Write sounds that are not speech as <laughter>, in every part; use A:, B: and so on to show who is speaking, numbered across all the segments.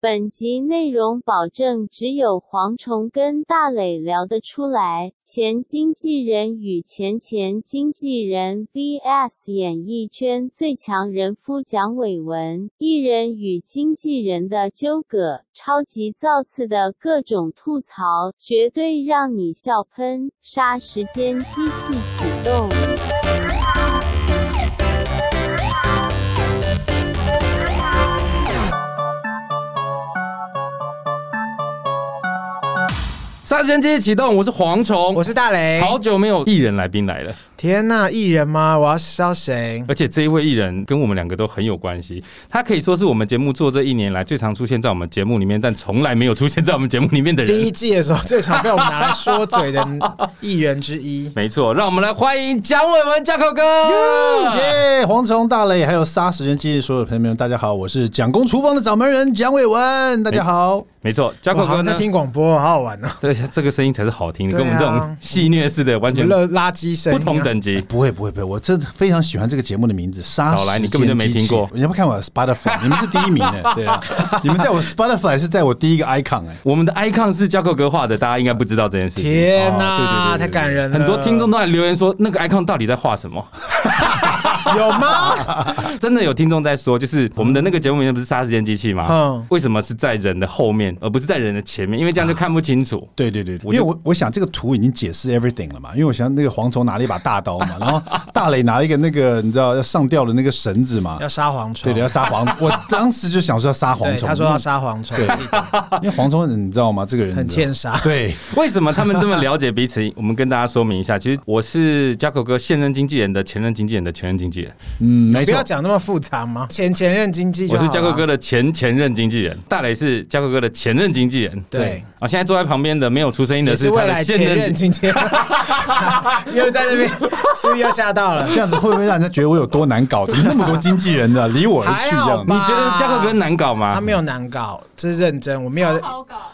A: 本集内容保证只有蝗虫跟大磊聊得出来。前经纪人与前前经纪人 vs 演艺圈最强人夫蒋伟文，艺人与经纪人的纠葛，超级造次的各种吐槽，绝对让你笑喷。杀时间机器启动。
B: 杀时间机器启动，我是蝗虫，
C: 我是大雷。
B: 哦好久没有艺人来宾来了，
C: 天呐，艺人吗？我要
B: <laughs>
C: 烧谁？
B: 而且这一位艺人跟我们两个都很有关系，他可以说是我们节目做这一年来最常出现在我们节目里面，但从来没有出现在我们节目里面的
C: 第一
B: 人。。
C: 季的时候最常被我们拿来说嘴的艺人之一
B: 没错，让我们来欢迎蒋伟文、蒋口哥。啊
D: 耶！蝗虫大雷，还有杀时间机器所有的朋友们，大家好，我是蒋公厨房的掌门人蒋伟文，
B: 哎
D: 大家好。
B: 没错，蒋
C: 我
B: 口
C: 好
B: 哥
C: 像在
B: 呢？
C: 听广播，好好玩哦。
B: 对，这个声音才是好听的，
C: 对
B: 跟我
C: 啊
B: 们这种戏虐式的完全
C: 什么垃垃圾声，啊
B: 不同。等级。
D: 不会不会不会，我真的非常喜欢这个节目的名字《杀时间机器
B: 少来你根本就没听过
D: 你要不看我的 Spotify？你们是第一名哎，对
B: <laughs>
D: 啊，你们在我 Spotify 是在我第一个 icon 哎。
B: 我们的 icon 是蒋口哥画的，大家应该不知道这件事情。
C: 天呐、
B: 啊
D: 哦对对对对对
C: 太感人了！
B: 很多听众都在留言说，那个 icon 到底在画什么？
C: 有吗？
B: 真的有听众在说，就是我们的那个节目名称不是“杀时间机器”吗？
C: 嗯
B: 为什么是在人的后面，而不是在人的前面？因为这样就看不清
C: <laughs>
B: 楚。
D: 对对对，
B: 我
D: 因
B: 就
D: 为我我想这个图已经解释 everything 了嘛，因为我想那个蝗虫拿了一把大刀嘛，
B: <laughs>
D: 然后大雷拿了一个那个你知道要上吊的那个绳子嘛
C: 要，杀蝗虫，
D: 对的，要杀
B: <laughs>
D: 蝗，我当时就想说要杀蝗
C: 对
D: 虫，
C: 他说要杀蝗虫，我记得
D: 因为黄忠，你知道吗？这个人
B: 嗯
C: 很欠杀。
D: 对，
B: 为什么他们这么了解彼此？我们跟大家说明一下，其实我是 Jaco 哥现任经纪人的前任经纪人的前任经纪人，
C: 哎
D: 嗯，没
C: 不要
D: 错，
C: 讲那么复杂吗？前前任经济，啊
B: 我是 Jaco 哥，的前前任经纪人，大磊是 Jaco 哥的前任经纪人。
C: 对，
B: 啊，现在坐在旁边的没有出声音
C: 也
B: 的
C: 是
B: 他
C: 未
B: 的
C: 来
B: 现
C: 前任
B: 任经。
C: 经济， <laughs> 又在那边，是不是又吓到了
D: 这？样子会不会让人家觉得我有多难搞？怎么那么多经纪人的离我而去这
C: 还好
D: 样？
C: 吧
B: 你觉得 Jaco 哥难搞吗？
C: 他没有难搞，这是认真，我没有，
D: 啊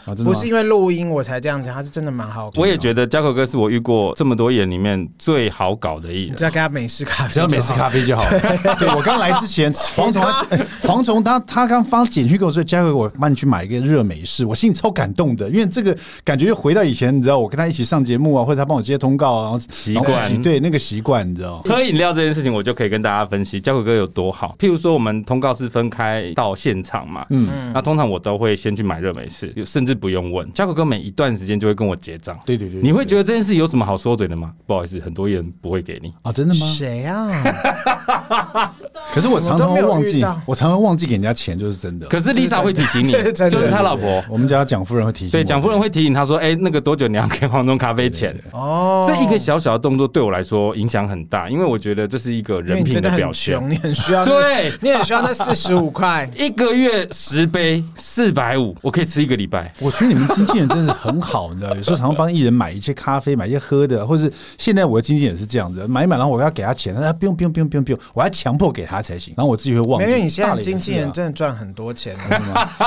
D: 真的吗
C: 不是因为录音我才这样讲，他是真的蛮好搞。
B: 我也觉得 Jaco 哥是我遇过这么多演里面最好搞的艺人
C: 你。只要给他美式咖啡，
D: 只要美式咖。啡就好了。 <laughs> 对我刚来之 <laughs> 前，蝗虫还哎蝗虫他他刚发简讯给我说，佳慧，我帮你去买一个热美式，我心里超感动的，因为这个感觉又回到以前，你知道，我跟他一起上节目啊，或者他帮我接通告啊，然后习
B: 惯
D: 对那个习惯，你知道。
B: 喝饮料这件事情，我就可以跟大家分析交口哥有多好。譬如说，我们通告是分开到现场嘛，嗯，那通常我都会先去买热美式，甚至不用问。交口哥每一段时间就会跟我结账。
D: 对对对，
B: 你会觉
D: 得
B: 得这件事有什么好说嘴的吗？不好意思，很多人不会给你。
D: 啊，真的吗？
C: 谁啊？
D: <laughs> <laughs> 可是我常常
C: 我都没
D: 会
C: 有
D: 忘
C: 遇
D: 记
C: 到，
D: 我常常忘记给人家钱，就是真的。
B: 可是
C: 这是
B: Lisa 会提醒你
C: <laughs> 真的，这是真的
B: 就是他老婆。
D: 我们家蒋夫人会提醒我，
B: 对，蒋夫人会提醒他说：“哎、那个多久你要给黄忠咖啡钱？”
C: 哦，
B: 这一个小小的动作对我来说影响很大，因为我觉得这是一个
C: 因为
B: 人
C: 你
B: 品
C: 真的
B: 表
C: 很
B: 现。
C: 穷，你很需要
D: <laughs>
C: 那，
B: 对
C: <laughs> 你很需要那四十五块。
B: 一个月十杯，四百五，我可以吃一个礼拜。
D: 我觉得你们经纪人真的是很好，你知道，有时候常常帮艺人买一些咖啡、买一些喝的，或者是现在我的经纪人也是这样子，买一买，然后我要给他钱，他说啊不用不用不用不用不用，我要强迫给他才行，然后我自己会忘
C: 没
D: 记。
C: 有，你现
D: 大
C: 在
D: 磊也是
C: 经
D: 啊
C: 纪人真的赚很多钱。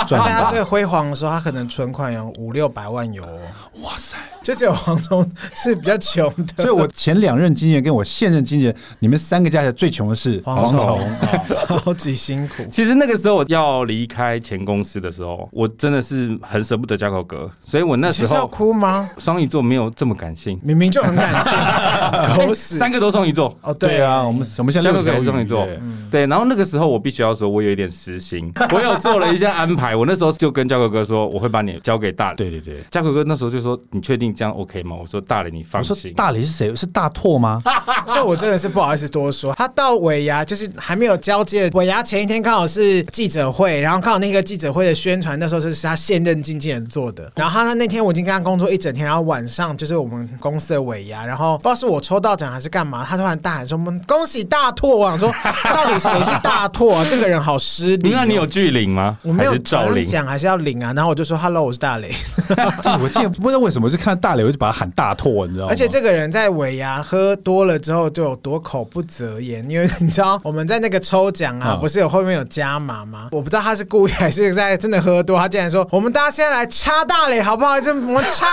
D: 赚
C: 在
D: 很 <laughs>
C: 他
D: 大
C: 最辉煌的时候，他可能存款有五六百万有哦，
D: 哇塞！
C: 就只有黄忠是比较穷的。
D: 所以我前两任经纪人跟我现任经纪人，你们三个加起来最穷的是
C: 黄
D: 黄
C: 虫
D: 虫。
C: <laughs> 超级辛苦。
B: 其实那个时候我要离开前公司的时候，我真的是很舍不得加口哥，所以我那
C: 你
B: 时
C: 是要
B: 候
C: 哭吗？
B: 双鱼座没有这么感性，
C: 明明就很感性，
D: <laughs>
C: 狗
B: <laughs>
C: 屎。
B: 三个都双鱼座。
C: 哦，
D: 对啊，我们我们现
B: 加
D: 在
B: 口
D: 六
B: 哥
D: 条
B: 也是双鱼
D: 鱼
B: 座
D: 对，
B: 对。然后那个时候我必须要说，我有一点私
C: <laughs>
B: 心，我有做了一下安排。我那时候就跟加口哥说，我会把你交给大磊。
D: 对对对。
B: 加口哥那时候就说：“你确定这样 OK 吗？”我说：“大磊，你放
D: 我说
B: 心。”
D: 大雷是谁？是大拓吗？ <laughs>
C: <laughs> 这我真的是不好意思多说。他到尾牙就是还没有交接，尾牙前一天刚好是记者会，然后刚好那个记者会的宣传，那时候是他现任经纪人做的。然后他那天我已经跟他工作一整天，然后晚上就是我们公司的尾牙，然后不知道是我抽到奖还是干嘛，他突然大喊说：“我们恭喜大拓！”我想说，到底谁是大拓、啊？这个人好失
B: <laughs>
C: 礼、
B: 那你有？巨领吗？
C: 我没
B: 还
C: 有
B: 是赵
C: 反正
B: 灵？
C: 奖还是要领啊，然后我就说 “hello，我是大雷”，
D: 对，我记得不知道为什么，就看大磊，我就把他喊大拓，你知
B: 哦
D: 道吗？
C: 而且这个人在尾牙喝多了之后就有多口不择言，因为你知道我们在那个抽奖啊，
B: 哦
D: 嗯
C: 不是有后面有加码吗？我不知道他是故意还是在真的喝多，他竟然说我们大家现在来插大磊好不好？这我们插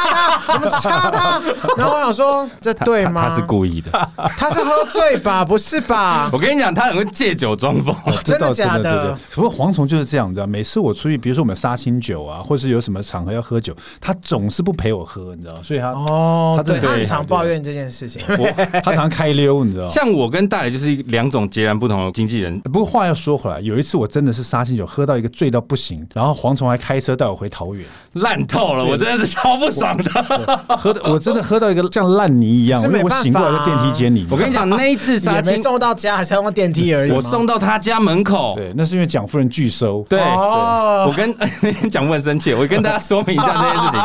B: <laughs>
C: 他，我们插他。然后我想说这 <laughs> 对吗？
B: 他他是故
C: <laughs>
B: 意的。
C: 他是喝醉吧？不
B: <laughs>
C: 是吧？
B: 我跟你讲，他很会借酒装疯。
D: 哦这
C: 真的
D: 倒
C: 假
D: 真的
C: 的
D: 真的不过蝗虫就是这样的，每次我出去，比如说我们杀青酒啊，或是有什么场合要喝酒，他总是不陪我喝，你知道吗，所以他
C: 哦
D: 他，真
C: 对，
D: 的
C: 他
D: 对
C: 很常抱怨这件事情。
D: 我他常开溜，你知道吗。
B: 像我跟大磊就是两种截然不同的经纪人。
D: 不过话要说回来，有一次我真的是杀青酒，喝到一个醉到不行，然后蝗虫还开车带我回桃园，
B: 烂透了，我真的是超不爽的。
D: 喝的我真的喝到一个像烂泥一样，
C: 是
D: 因
C: 没
D: 为我
C: 办法啊
D: 醒过来在电梯间里。
B: 我跟你讲，那一次杀
C: 也没
B: 青，
C: 送到家，还是要用电梯而已吗。
B: 我送到他家门口。
D: 对，那是因为蒋夫人拒收。
B: 对，
C: 哦
B: 我跟 <laughs> 讲，我很生气，我跟大家说明一下这件事
C: <laughs>
B: 情。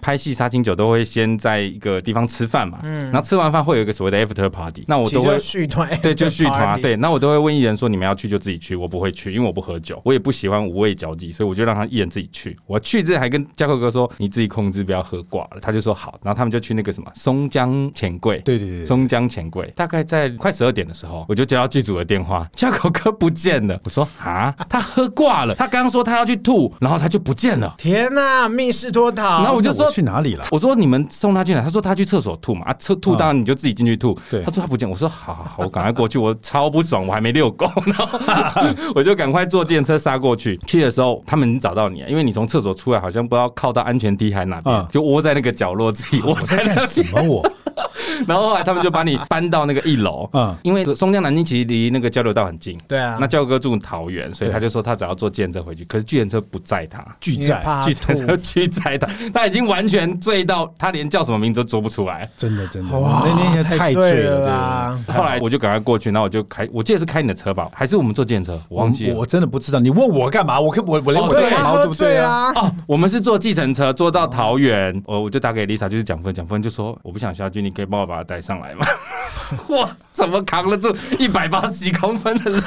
B: 拍戏杀青酒都会先在一个地方吃饭嘛，然后吃完饭会有一个所谓的 after party，那我
C: 嗯其
B: 都
C: 实
B: 会
C: 就。续团，
B: 对，就续团啊，
C: party
B: 对，那我都会问艺人说你们要去就自己去，我不会去，因为我不喝酒，我也不喜欢无谓交际，所以我就让他一人自己去。我去之前还跟嘉克哥说你自己控制，不要喝挂了，他就说好，然后他们就去那个什么松江钱柜，
D: 对对对对，
B: 松江钱柜，大概在快十二点的时候，我就接到剧组的电话， <laughs> 嘉口哥不见了。我说啊，他喝挂了，他刚说他要去吐，然后他就不见了。
C: 天呐，密室脱逃！
B: 然后我就说
D: 去哪里了？
B: 我说你们送他去哪？他说他去厕所吐嘛，啊，厕吐当然你就自己进去吐。
D: 对
B: 他说他不见，我说好好好，我赶快过去，我超不爽，我还没遛狗， <laughs> 然后我就赶快坐电车杀过去。去的时候他们已经找到你了，因为你从厕所出来，好像不知道靠到安全梯还是哪边，
D: 嗯
B: 就窝在那个角落
D: <laughs>
B: 自己窝
D: 我
B: 在
D: 在
B: 那
D: 干
B: 边
D: 什么？我
B: <laughs> 然后后来他们就把你搬到那个一楼，
D: 嗯
B: 因为松江南京其实离那个交流道很近。
C: 对啊，
B: 那教哥住桃园，所以
D: 对
B: 他就说他只要坐计程车回去，可是计程车不载他，
D: 拒
C: 因为
D: 载，
C: 怕
B: 计
C: 吐
B: 程 <laughs> 车拒载他，他已经完全醉到他连叫什么名字都说不出来。
D: 真的真的，
C: 哇
D: 那那天
C: 太
D: 太
C: 醉
D: 醉
C: 了
D: 了
C: 啦
D: 对对对
B: 后来我就赶快过去，然后我就开，我记得是开你的车吧，还是我们坐计程车？我忘记
D: 我
B: 了。
D: 我真的不知道，你问我干嘛？我可我我连
B: 哦
D: 我
B: 对
D: 在干
C: 他
D: 嘛我
C: 喝
D: 都不对
C: 醉啦，
D: 啊！
B: 哦，我们是坐计程车，坐到桃园，我
D: 嗯
B: 我就打给 Lisa，就是蒋芬，蒋芬就说我不想下去，你可以帮我把他带上来吗？ <laughs> 我怎么扛得住一百八十几公分的人？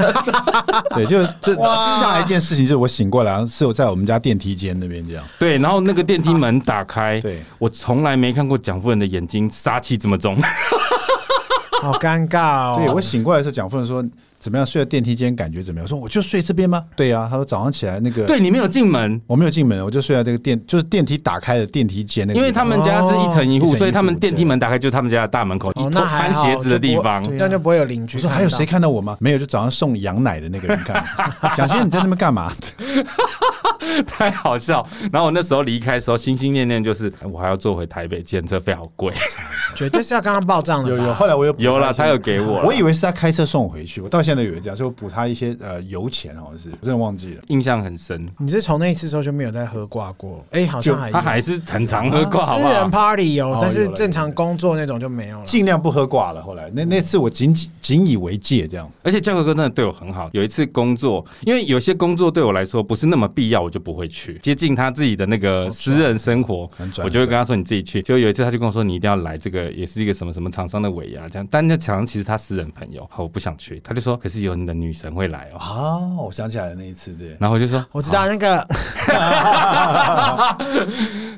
D: 对，就是这下一件事情就是我醒过来，是我在我们家电梯间那边这样。
B: 对，然后那个电梯门打开，
D: 对
B: 我从来没看过蒋夫人的眼睛杀气这么重。
C: <laughs> 好尴尬哦。
D: 对我醒过来的时候，蒋夫人说怎么样睡在电梯间感觉怎么样？我说我就睡这边吗？对呀、啊，她说早上起来那个，
B: 对，你没有进门，
D: 我没有进门，我就睡在这个电就是电梯打开的电梯间那个地
B: 因
D: 方，
B: 为他们家是一层一
D: 哦一层一
B: 户，
D: 户
B: 所以他们电梯门打开就是他们家的大门口，
C: 哦
B: 一，
C: 那
B: 脱
C: 还
B: 穿
C: 好
B: 鞋子的地方
C: 就。不会啊那就不会有邻居看
D: 我说
C: 到。
D: 还有谁看到我吗？没有，就早上送羊奶的那个人
B: <laughs>
D: 看。蒋先生你在那边干嘛？
B: <laughs> 太好笑。然后我那时候离开的时候，心心念念就是哎我还要坐回台北，检测费好贵。 <laughs>
C: 绝对是要刚刚报账的吧。
D: 有有，后来我有
B: <laughs>
D: 补
B: 有啦，
D: 一些
B: 他有给我啦，
D: 我以为是他开车送我回去，我到现在都以为这样，所以我补他一些呃油钱，好像是，我真的忘记了。
B: 印象很深。
C: 你是从那一次之后就没有再喝挂过？哎，好像还啊
B: 他还是很常喝挂，好不
C: 私人
B: 好？
C: party 有
D: 哦，
C: 但是
D: 有了
C: 正常工作那种就没有了。
D: 尽量不喝挂了。后来那那次我仅仅以为戒，这样
B: 而且教哥哥真的对我很好。有一次工作，因为有些工作对我来说不是那么必要，我就不会去接近他自己的那
C: 哦
B: 个
C: 啊
B: 私人生活
D: 很，拽
B: 我就会跟他说你自己去。结果有一次他就跟我说你一定要来，这个也是一个什么什么厂商的尾牙这样，但那厂商其实他私人朋友，好我不想去。他就说可是有你的女神会来哦， <laughs>
D: 啊，我想起来了那一次，对，
B: 然后我就说
C: 我知道那个 <laughs>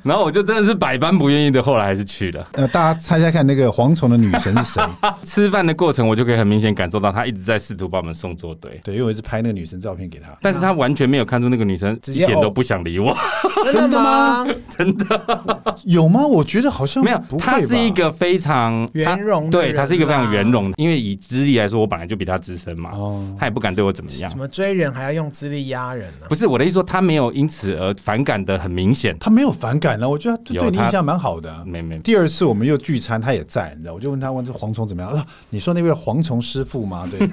B: 然后我就真的是百般不愿意的，后来还是去了。
D: 那大家猜猜看，那个蝗虫的女神是谁？ <laughs>
B: 吃饭的过程，我就可以很明显感受到他一直在试图把我们送作对，
D: 对，因为我一直拍那个女神照片给他。
B: 但是他完全没有看出那个女生
C: 直
B: 一
C: 接
B: 点
C: 哦
B: 都不想理我，
C: 真的吗？
D: 有吗？我觉得好
C: 嗯
D: 像
B: 没有
D: 不，会吧
B: 他是一个非常
C: 圆融
B: 他
C: 的
B: 对，
C: 人啊
B: 他是一个非常
C: 啦
B: 圆融的，因为以资历来说，我本来就比他资深嘛，
D: 哦
B: 他也不敢对我怎么样
C: 怎。么追人还要用资历压人啊呢？
B: 不是我的意思说，他没有因此而反感的很明显，
D: 他没有反感呢、啊我觉得他对
B: 有嗯
D: 对你
B: 他
D: 印象蛮好的啊、
B: 没没
D: 第二次我们又聚餐，他也在，你知道，我就问他问这蝗虫怎么样？啊，你说那位蝗虫师傅吗？
B: <laughs>
D: 对，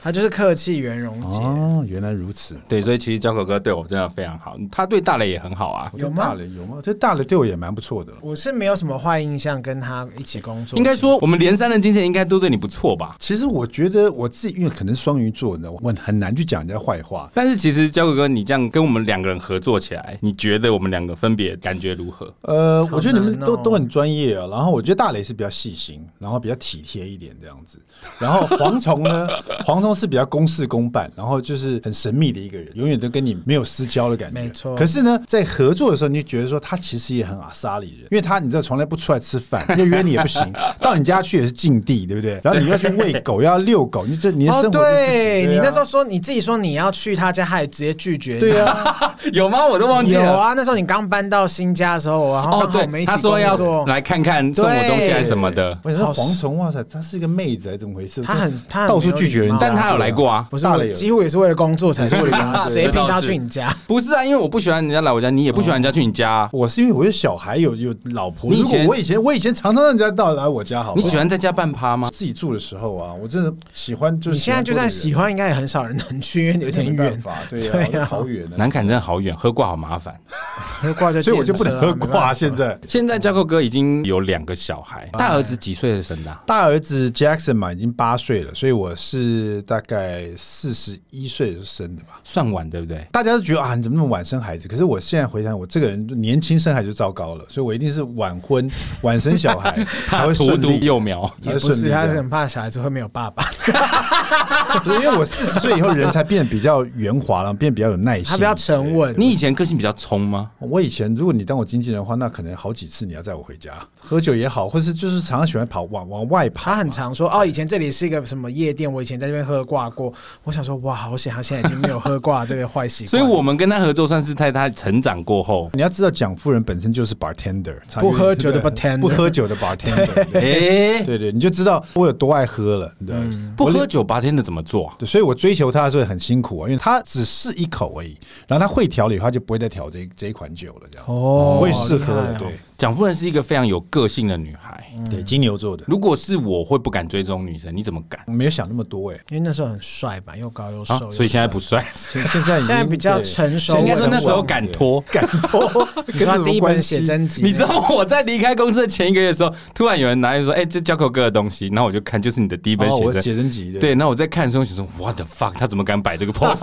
C: 他就是客气圆融姐，
D: 哦，原来如此。
B: 对，所以其实焦口哥对我真的非常好，他对大磊也很好啊。
C: 有吗
D: 大人有吗？这大人对我也蛮不错的。
C: 我是没有什么坏印象，跟他一起工作。
B: 应该说，我们连三的经纪人应该都对你不错吧？
D: 其实我觉得我自己，因为可能双鱼座，你知道，我很难去讲人家坏话。
B: 但是其实焦哥哥，你这样跟我们两个人合作起来，你觉得我们两个分别感觉如何？
D: 呃，我觉得你们
C: 难
D: 都、
C: 哦
D: 都很专业啊。然后我觉得大雷是比较细心，然后比较体贴一点这样子。然后蝗虫呢，蝗虫是比较公事公办，然后就是很神秘的一个人，永远都跟你没有私交的感觉。
C: 没错
D: 可是呢，在合作的时候，你就觉得说他其实也很阿莎里人，因为他你知道从来不出来吃饭，要约你也
C: <laughs>
D: 不行，到你家去也是禁地，对不对？然后你要去喂狗，要遛狗，你这你的
C: 哦，
D: 生活就自己、
C: 对
D: 啊
C: 你那时候。说你自己说你要去他家，他也直接拒绝。
D: 对
C: <laughs>
D: 啊，
B: 有吗？我都忘记
C: 有
B: 了。
C: 啊，那时候你刚搬到新家的时候，然后
B: 哦，
C: 刚好我们
B: 对，
C: 一起
B: 他
C: 工作
B: 说要来看看送我东西还是什么的，
D: 我想说
C: 好
D: 蝗虫，哇塞，她是一个妹子还是怎么回事？
C: 她很她很
D: 到处
C: 没有
D: 拒绝人
C: 礼
D: 家，
C: 貌
B: 但他有来过啊。
C: 不是
D: 大
C: 为
D: 了有
C: 几乎也是为了工作才去的啊，
D: 对
C: 谁
B: 这倒
C: 平常
B: 是
C: 去你家？
B: 不是啊，因为我不喜欢人家来我家，你也不喜欢人家去你家、啊。
D: 我是因为我有小孩，有有老婆。
B: 你以
D: 如果
B: 前
D: 我以前我以前常常让人家到来我家，好不
B: 你
D: 好
B: 喜欢在家办趴吗？
D: 自己住的时候啊，我真的喜欢就是
C: 你现在就算喜欢，应该也很少人能去，因为有
D: 多的
C: 点
D: 人，没办
C: 远，
D: 法，对
C: 对
D: 啊
C: 啊，
D: 我在好远的，
B: 南坎真的好远，喝挂好麻烦。
C: 喝挂就
D: 所以我就不
C: 见
D: 能
C: 车
D: 喝
C: 啊没办
D: 挂。
C: 法
D: 现在
B: 现在加扣哥已经有两个小孩，大儿子几岁的生的啊、
D: 大儿子 Jackson 嘛，已经八岁了，所以我是大概四十一岁就生的吧。
B: 算晚对不对？
D: 大家都觉得啊，你怎么那么晚生孩子？可是我现在回想，我这个人就年轻生孩子就糟糕了，所以我一定是晚婚晚生小
C: <laughs>
D: 孩才会
B: 荼
D: 顺
B: 毒
D: 利。
B: 幼苗，
C: 也
D: 还
C: 不
D: 顺利
C: 是，他
D: 的
C: 很怕小孩子会没有爸爸，
D: <laughs> 不是因为我四十岁以后人才变得比较圆滑了，变得比较有耐心，
C: 他比较沉稳。
B: 你以前个性比较冲吗？
D: 我以前，如果你当我经纪人的话，那可能好几次你要载我回家，喝酒也好，或是就是常常喜欢跑往往外跑。
C: 他。很常说哦，以前这里是一个什么夜店，我以前在这边喝挂过。我想说，哇，好险，他现在已经没有喝挂这个坏习
B: <laughs>
C: 惯。
B: 所以我们跟他合作算是在他成长过后
D: 你要知道，蒋夫人本身就是 bartender，
C: 不喝酒的
D: 对
C: bartender
D: 不喝酒的 bartender，
B: 哎、
D: 对对对，你就知道我有多爱喝了，你知道
C: 嗯
D: 吗
B: 不喝酒八天的怎么做啊、
D: 对，所以我追求他的时候很辛苦啊，因为他只试一口而已，然后他会调理，他就不会再调这这一款酒了，这样。
C: 哦
D: 我也试喝
C: 厉
D: 了，
C: 害哦嗯
D: 对
B: 蒋夫人是一个非常有个性的女孩。
D: 对，金牛座的，
B: 如果是我会不敢追踪女生，你怎么敢
D: 我没有想那么多哎，
C: 因为那时候很帅吧，又高又
B: 啊？
C: 瘦，
B: 所以现在不
C: 是。
B: 帅，
D: 现现在已经
C: 现在比较成熟
D: 对
B: 应
C: 应
B: 该
C: 该
B: 说
C: 说
B: 那
C: 那
B: 时
C: 时
B: 候
C: 候
B: 敢拖。
D: <laughs> 敢脱，
C: 你说他第一本写
D: 真。
C: 真集，
B: 你知道我在离开公司的前一个月的时候，突然有人拿来说：“哎、这交口哥的东西。”然后我就看，就是你的第一本
D: 哦，
B: 写
D: 我
B: 真。
D: 写真集的，
B: 对，然后我在看的时候想说，What the fuck，他怎么敢摆这个 pose？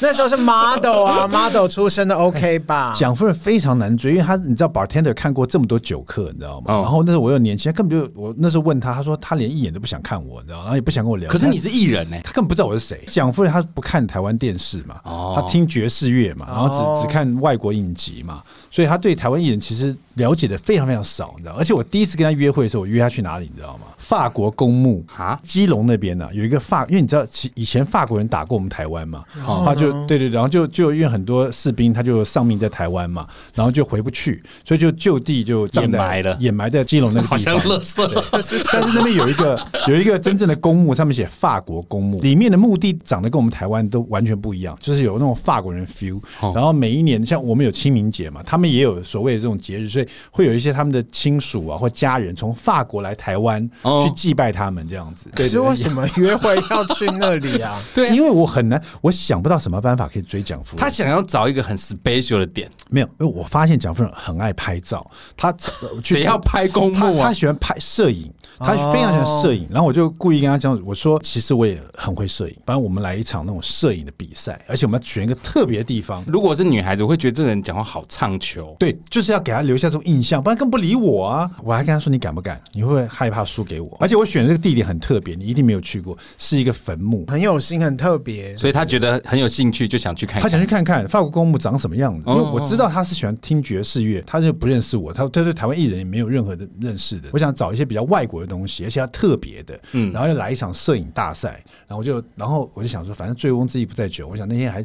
C: 那时候是 model 啊 <laughs> ，model 出身
D: 哎
C: 的 OK 吧？
D: 蒋夫人非常难追，因为她你知道 bartender 看过这么多酒客，你知道吗？
B: 嗯
D: 然后那时候我又年轻，她根本就我那时候问她，她说她连一眼都不想看我，你知道吗，然后也不想跟我聊。
B: 可是你是艺人呢、
D: 她她根本不知道我是谁。蒋夫人她不看台湾电视嘛，
B: <laughs> 哦
D: 她听爵士乐嘛，然后只
C: 哦
D: 只看外国影集嘛，所以她对台湾艺人其实了解的非常非常少，你知道吗。而且我第一次跟她约会的时候，我约她去哪里，你知道吗？法国公墓
B: 哈
D: 基隆那边呢、啊有一个法，因为你知道其以前法国人打过我们台湾嘛，
B: 哦
D: 他就对对，然后就就因为很多士兵他就丧命在台湾嘛，然后就回不去，所以就就地就
B: 掩
D: 葬在
B: 埋了
D: 掩埋在基隆那个
B: 好
D: 地
B: 像
D: 方。
B: 乐色。
D: 但是那边有一个有一个真正的公墓，上面写法国公墓，里面的墓地长得跟我们台湾都完全不一样，就是有那种法国人 feel
B: 哦。
D: 然后每一年像我们有清明节嘛，他们也有所谓的这种节日，所以会有一些他们的亲属啊或家人从法国来台湾
B: 哦
D: 去祭拜他们这样子。
C: 可是为什么约会要去那里
D: <laughs>
C: 啊？
B: <laughs> 对啊
D: 因为我很难，我想不到什么办法可以追蒋夫人。
B: 他想要找一个很 special 的点，
D: 没有，因为我发现蒋夫人很爱拍照，她
B: <laughs>
D: 呃去
B: 谁要拍公
D: 她
B: 墓啊哦
D: 她？喜欢拍摄影，她非常喜欢摄影。然后我就故意跟她讲，我说其实我也很会摄影，反正我们来一场那种摄影的比赛，而且我们要选一个特别的地方。
B: 如果是女孩子，我会觉得这个人讲话好唱球。
D: 对，就是要给她留下这种印象，不然更不理我啊！我还跟她说你敢不敢？你会不会害怕输给我？而且我选的这个地点很特别，你一定没有去过，是一个坟墓。
C: 很有心，很特别。
B: 所以他觉得很有兴趣，就想去看
D: 他
B: 看。
D: 想去看看法国公墓长什么样子，
B: 哦
D: 因为我知道他是喜欢听爵士乐，他就不认识我，他他对台湾艺人也没有任何的认识的。我想找一些比较外国的东西，而且要特别的，嗯，然后又来一场摄影大赛，然后我就然后我就想说，反正醉翁之意不在酒，我想那天还。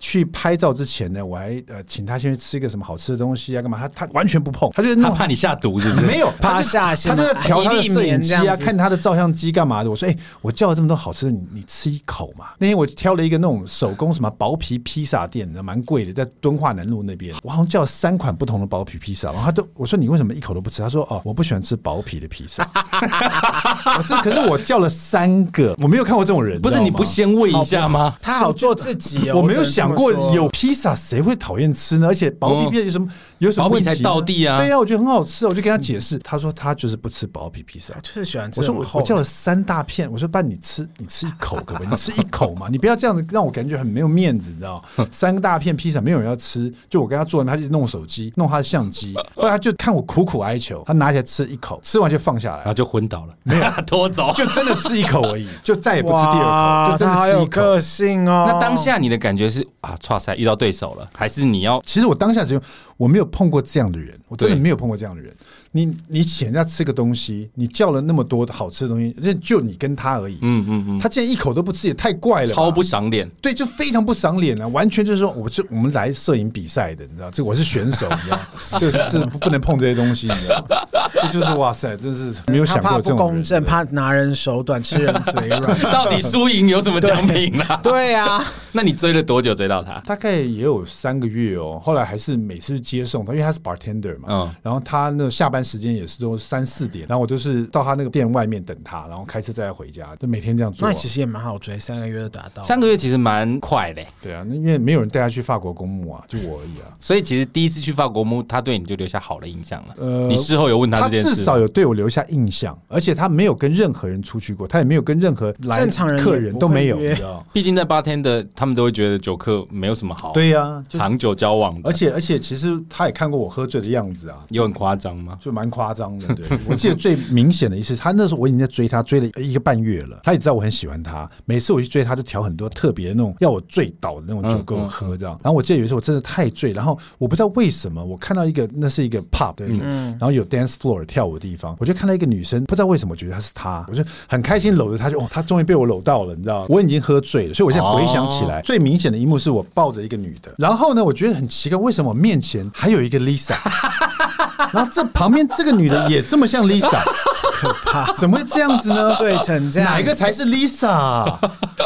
D: 去拍照之前呢，我还呃请他先去吃一个什么好吃的东西啊，干嘛？他他完全不碰，他就是那
B: 他
D: 种
B: 怕你下毒是不是？
D: 没有
C: 怕
D: 他就
C: 下线
D: 他就在
C: 嘛
D: 调他的
C: 一粒
D: 摄影
C: 棉
D: 机
C: 这
D: 啊，
C: 样子
D: 看他的照相机干嘛的。我说，哎、我叫了这么多好吃的，你你吃一口嘛。那天我挑了一个那种手工什么薄皮披萨店，蛮贵的，在敦化南路那边。我好像叫了三款不同的薄皮披萨，然后他都我说你为什么一口都不吃？他说哦，我不喜欢吃薄皮的披萨。 <laughs> 我说可是我叫了三个，我没有看过这种人，
B: 不是
D: 知道
B: 你不
D: 吗
B: 先问一下吗？
C: 他好做自己哦，
D: 我没有
C: 只能
D: 讲过，
C: 这么说哦
D: 有披萨谁会讨厌吃呢？而且薄皮
B: 嗯
D: 披萨有什么有什么
B: 薄皮
D: 问题呢？
B: 才到地啊
D: 对呀，我觉得很好吃，我就跟他解释，他说他就是不吃薄皮披萨。
C: 就是喜欢
D: 我
C: 这
D: 说
C: 种
D: 我
C: 厚
D: 我
C: 的
D: 叫了三大片，我说爸你吃你吃一口可不可以？你吃一口嘛，你不要这样子让我感觉很没有面子，你知道
C: <laughs>
D: 吗？三大片披萨没有人要吃，就我跟他坐那边，他一直弄手机，弄他的相机，后来他就看我苦苦哀求，他拿起来吃一口，吃完就放下
B: 然后
D: 来，
B: 就昏倒了， <laughs> 没有拖走。
D: 就真的吃一口而已，就再也不吃第二
C: 哇
D: 口，就真
C: 他
D: 的
C: 好
D: 吃
C: 有
D: 一口。
C: 个性哦。
B: 那当下你的感觉是啊，哇塞，遇到对手了，还是你要
D: 其实我当下只有我没有碰过这样的人，我真的
B: 对
D: 没有碰过这样的人。你你请人家吃个东西，你叫了那么多好吃的东西，那就你跟他而已。
B: 嗯嗯嗯，
D: 他竟然一口都不吃，也太怪了吧，
B: 超不赏
D: <laughs>
B: 脸？
D: 对，就非常不赏脸了、完全就是说，我是我们来摄影比赛的，你知道，这我是选手，你
B: <laughs>
D: 知道，这这不不能碰这些东西，你知道，这就是哇塞，真是没有
C: 他
D: 想
C: 怕
D: 过
C: 不
D: 这种
C: 公
D: 人
C: 正，怕拿人手短，吃人嘴
D: <laughs>
C: 软。
B: 到底输赢有什么奖品啊？
C: 对呀、
B: <laughs> 那你追了多久追到他？
D: 大概也有三个月哦，后来还是每次接送他，因为他是 bartender 嘛，
B: 嗯
D: 然后他那下班时间也是都三四点，然后我都是到他那个店外面等他，然后开车再回家，就每天这样做、
C: 那
D: 啊。
C: 其实也蛮好追，三个月就达到。
B: 三个月其实蛮快的欸、
D: 对啊，那因为没有人带他去法国公墓啊，就
B: <laughs>
D: 我而已啊。
B: 所以其实第一次去法国木，他对你就留下好的印象了。
D: 呃
B: 你事后有问他
D: 他
B: 这件
D: 至
B: 事吗？
D: 少有对我留下印象，而且他没有跟任何人出去过，他也没有跟任何来
C: 正常人也
D: 客人都没有，
C: 不会约
D: 你知道？
B: 毕竟在八天的，他们都会觉得酒客没有什么好
D: 对呀、啊，就
B: 长久交往的，
D: 而且而且其实他也看过我喝醉的样子啊，
B: 有很夸张吗？
D: 就蛮夸张的。对 <laughs> 我记得最明显的一次，他那时候我已经在追他，追了一个半月了，他也知道我很喜欢他，每次我去追他就调很多特别的那种要我醉倒的那种酒
B: 嗯
D: 给我喝，这样。然后我记得有一次我真的太醉，然后我不知道为什么，我看到一个那是一个 pub 对，
C: 嗯
D: 然后有 dance floor 跳舞的地方，我就看到一个女生，不知道为什么我觉得她是她，我就很开心搂着她，就哦，她终于被我搂到了，你知道吗？我已经喝醉了，所以我现在回想起
C: 哦
D: 来，最明显的一幕是我抱着一个女的，然后呢，我觉得很奇怪，为什么我面前还有一个 Lisa？然后这旁边这个女的也这么像 Lisa，可怕！怎么会这样子呢？
C: 醉成这样
D: 哪一个才是 Lisa？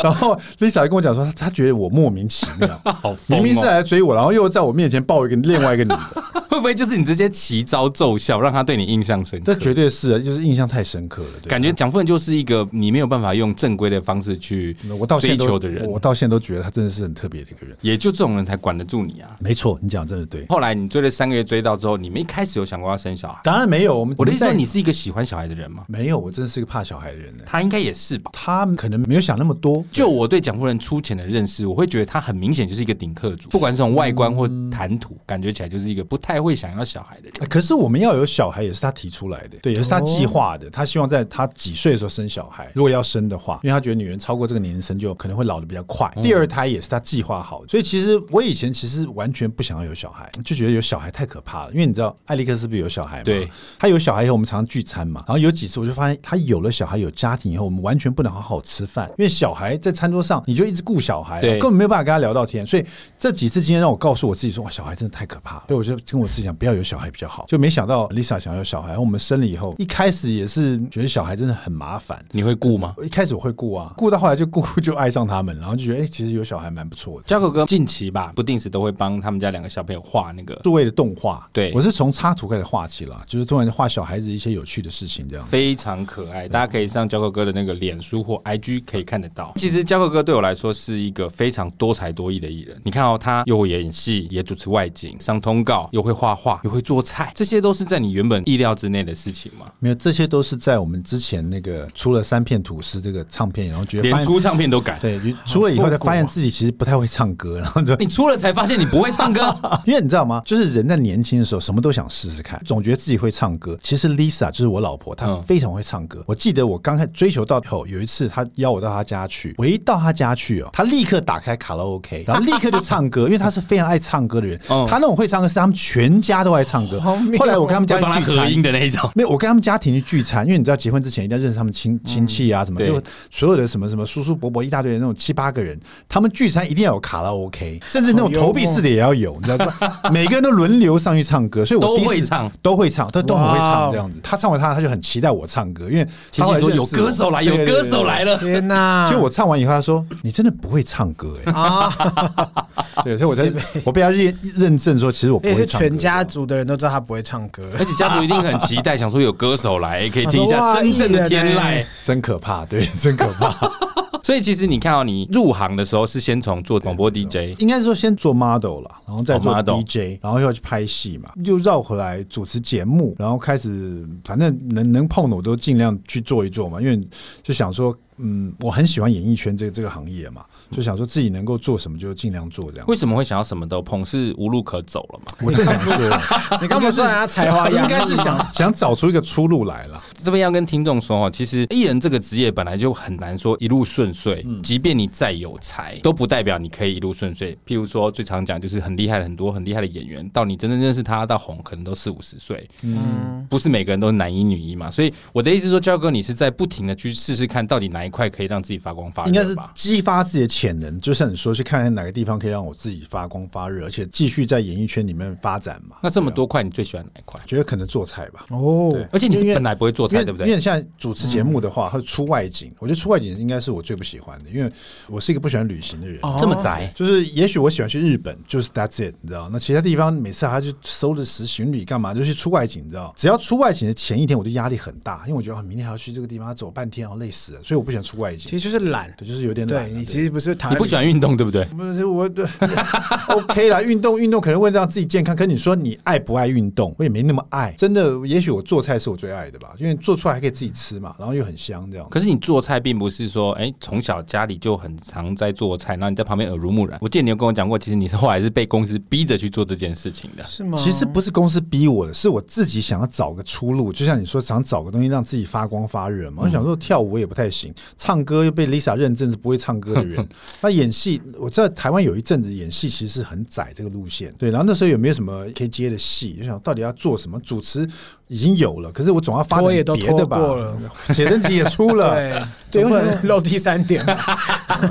D: 然后 Lisa 还跟我讲说，她她觉得我莫名其
C: <laughs>
D: 妙，
B: 好疯、
D: 明
B: 哦！
D: 明是啊来追我，然后又在我面前抱一个另外一个女的，
B: 会不会就是你直接奇招奏效，让他对你印象深刻
D: 这？绝对是，就是印象太深刻了。对
B: 感觉蒋夫人就是一个你没有办法用正规的方式去
D: 嗯我到
B: 追
D: 现在
B: 求
D: 都
B: 的人，
D: 我到现在都觉得她真的是很特别的一个人。
B: 也就这种人才管得住你啊。
D: 没错，你讲得真的对。
B: 后来你追了三个月，追到之后，你们一开始有想过要生小孩？
D: 当然没有，我们
B: 我的意思说，
D: 在
B: 你是一个喜欢小孩的人吗？
D: 没有，我真的是个怕小孩的人呢。
B: 他应该也是吧。
D: 他可能没有想那么多，
B: 就我对蒋夫人粗浅的认识，我会觉得她很明显就是一个顶客族，不管是从外观或谈吐，感觉起来就是一个不太会想要小孩的人。
D: 哎
B: 哦
D: 可是我们要有小孩，也是他提出来的，对，也是他计划的。他希望在他几岁的时候生小孩，如果要生的话，因为他觉得女人超过这个年龄生就可能会老得比较快。
B: 嗯
D: 第二胎也是他计划好的，所以其实我以前其实完全不想要有小孩，就觉得有小孩太可怕了。因为你知道艾利克是不是有小孩嘛？
B: 对，
D: 他有小孩以后，我们常常聚餐嘛，然后有几次我就发现他有了小孩有家庭以后，我们完全不能好好吃饭，因为小孩在餐桌上你就一直顾小孩，啊
B: 对
D: 根本没有办法跟他聊到天。所以这几次经验让我告诉我自己说，哇，小孩真的太可怕了。所以我就跟我自己讲，不要有小孩比较好。就没想到 Lisa 想要有小孩，然后我们生了以后，一开始也是觉得小孩真的很麻烦。
B: 你会顾吗？
D: 我一开始我会顾啊，顾到后来就顾就爱上他们，然后就觉得哎、其实有小孩蛮不错的。
B: 嘉口哥近期吧，不定时都会帮他们家两个小朋友画那个
D: 座位的动画，
B: 对
D: 我是从插图开始画起了，就是突然画小孩子一些有趣的事情这样。
B: 非常可爱，大家可以上交口哥的那个脸书或 IG 可以看得到。其实交口哥对我来说是一个非常多才多艺的艺人。你看哦，他又会演戏，也主持外景、上通告，又会画画，又会做菜，这些都是在你原本意料之内的事情嘛？
D: 没有，这些都是在我们之前那个出了三片吐司这个唱片，然后觉得发
B: 连
D: 现
B: 出唱片都敢。
D: 对出了以后才发现自己其实不太会唱歌，然后就
B: 你出了才发现你不会唱歌，
D: <laughs> 因为你知道吗？就是人在年轻的时候什么都想试试看，总觉得自己会唱歌。其实 Lisa 就是我老婆，她
B: 嗯
D: 非常会唱歌。我记得我刚开始追求到后，有一次她邀我到她家去，我一到她家去哦，她立刻打开卡拉 OK，然后立刻就唱歌，因 <laughs> 为她是非常爱唱歌的人。
B: 嗯哦
D: 她那种会唱歌是他们全家都爱唱歌。后来我跟他们家
B: 会帮他
D: 聚
B: 合
D: 餐，
B: 音的那一种。
D: 没有，我跟他们家庭去聚餐，因为你知道结婚之前一定要认识他们亲亲戚啊，什么、
B: 嗯对
D: 就所有的什么什么叔叔伯伯一大堆的那种七八个人，他们聚餐一定要有卡拉 OK，甚至那种
C: 好幽
D: 投币
C: 默
D: 式的也要有，你知道吧？每个人都轮流上去唱歌，所以我
B: 哦都
D: 第一次
B: 会唱，
D: 都会唱，都都很
C: 哇哦
D: 会唱这样子。他唱完他，他就很期待我唱歌，因为
B: 亲
D: 他后
B: 戚
D: 来
B: 说
D: 认识
B: 有歌手来，
D: 我
B: 有歌手。来了。
C: 天哪、
D: 对对对对就我唱完以后，他说：“你真的不会唱歌
B: <laughs>
D: 哎、
C: 啊，
D: 对，所以我才
C: 直接被
D: 我被他认认证说，其实我不
C: 也
D: 会
C: 是
D: 唱歌。
C: 全家族的人都知道他不会唱歌。
B: 而且家族一定很期待，想说有歌手来，可以听一
C: 他说
B: 下
C: 哇
B: 真正的
C: 艺人
B: 天籁
C: 欸。
D: 真可怕，对，真可怕。
B: 所以其实你看到、你入行的时候是先从做广播 DJ，
D: 应该是说先做 model 了，然后再做
B: 哦，model
D: DJ，然后又要去拍戏嘛，又绕回来主持节目，然后开始反正能能碰的我都尽量去做一做嘛，因为就想说，嗯，我很喜欢演艺圈这个这个行业嘛，就想说自己能够做什么就尽量做这样。
B: 为什么会想要什么都碰？是无路可走了嘛？
D: 我正想说，啊
C: <laughs> 你干嘛说人家才华
D: 应
C: 洋溢
D: 该是
C: 吗
D: 想想找出一个出路来了。
B: 这边要跟听众说哦，其实艺人这个职业本来就很难说一路顺遂，
D: 嗯
B: 即便你再有才，都不代表你可以一路顺遂。譬如说，最常讲就是很厉害的很多很厉害的演员，到你真正认识他到红，可能都四五十岁，嗯，不是每个人都是男一女一嘛。所以我的意思是说，焦哥，你是在不停的去试试看，到底哪一块可以让自己发光发
D: 应该是
B: 热吧？
D: 激发自己的潜能，就像你说，去看看哪个地方可以让我自己发光发热，而且继续在演艺圈里面发展嘛。
B: 那这么多块，你最喜欢哪一块？
D: 觉得可能做菜吧，
C: 哦，
D: 对
B: 而且你是本来不会做
D: 因
B: 菜，
D: 为
B: 对不
D: 因
B: 对？
D: 为像主持节
C: 嗯
D: 目的话，它出外景，我觉得出外景应该是我最不喜欢的，因为我是一个不喜欢旅行的人。
C: 哦
B: 这么宅，
D: 就是，也许我喜欢去日本，就是 That's it，你知道？那其他地方每次还去收着十巡礼干嘛？就去出外景，你知道？只要出外景的前一天，我就压力很大，因为我觉得、啊、明天还要去这个地方，走半天，然后累死了，所以我不喜欢出外
C: 其
D: 景
C: 实。就是懒。
D: 对，就是有点懒啊。
C: 对你
D: 对
C: 其实不是谈
B: 你不喜欢运动，对不对？
D: 不是我对 <laughs> ，OK 啦，运动运动可能会让自己健康，可是你说你爱不爱运动？我也没那么爱，真的，也许我做菜是我最爱的吧，因为做出来还可以自己吃嘛，然后又很香这样。
B: 可是你做菜并不是说，哎、从小家里就很常在做菜，然后你在旁边耳濡目染。我记得你有跟我讲过，其实你是后来是被公司逼着去做这件事情的。
C: 是吗？
D: 其实不是公司逼我的，是我自己想要找个出路。就像你说，想找个东西让自己发光发热
C: 嗯
D: 嘛。我想说跳舞我也不太行，唱歌又被 Lisa 认证是不会唱歌
C: <laughs>
D: 的人。那演戏，我知道台湾有一阵子演戏其实是很窄这个路线，对。然后那时候有没有什么可以接的戏？就想到底要做什么？主持已经有了，可是我总要发
C: 拖
D: 展
C: 也都
D: 别的
C: 拖
D: 吧
C: 过。了，
D: <laughs> 写真集也出了，
C: <laughs> 对，
D: 对
C: 总不
D: 我想
C: 能漏第三点
D: <laughs>
C: 吧。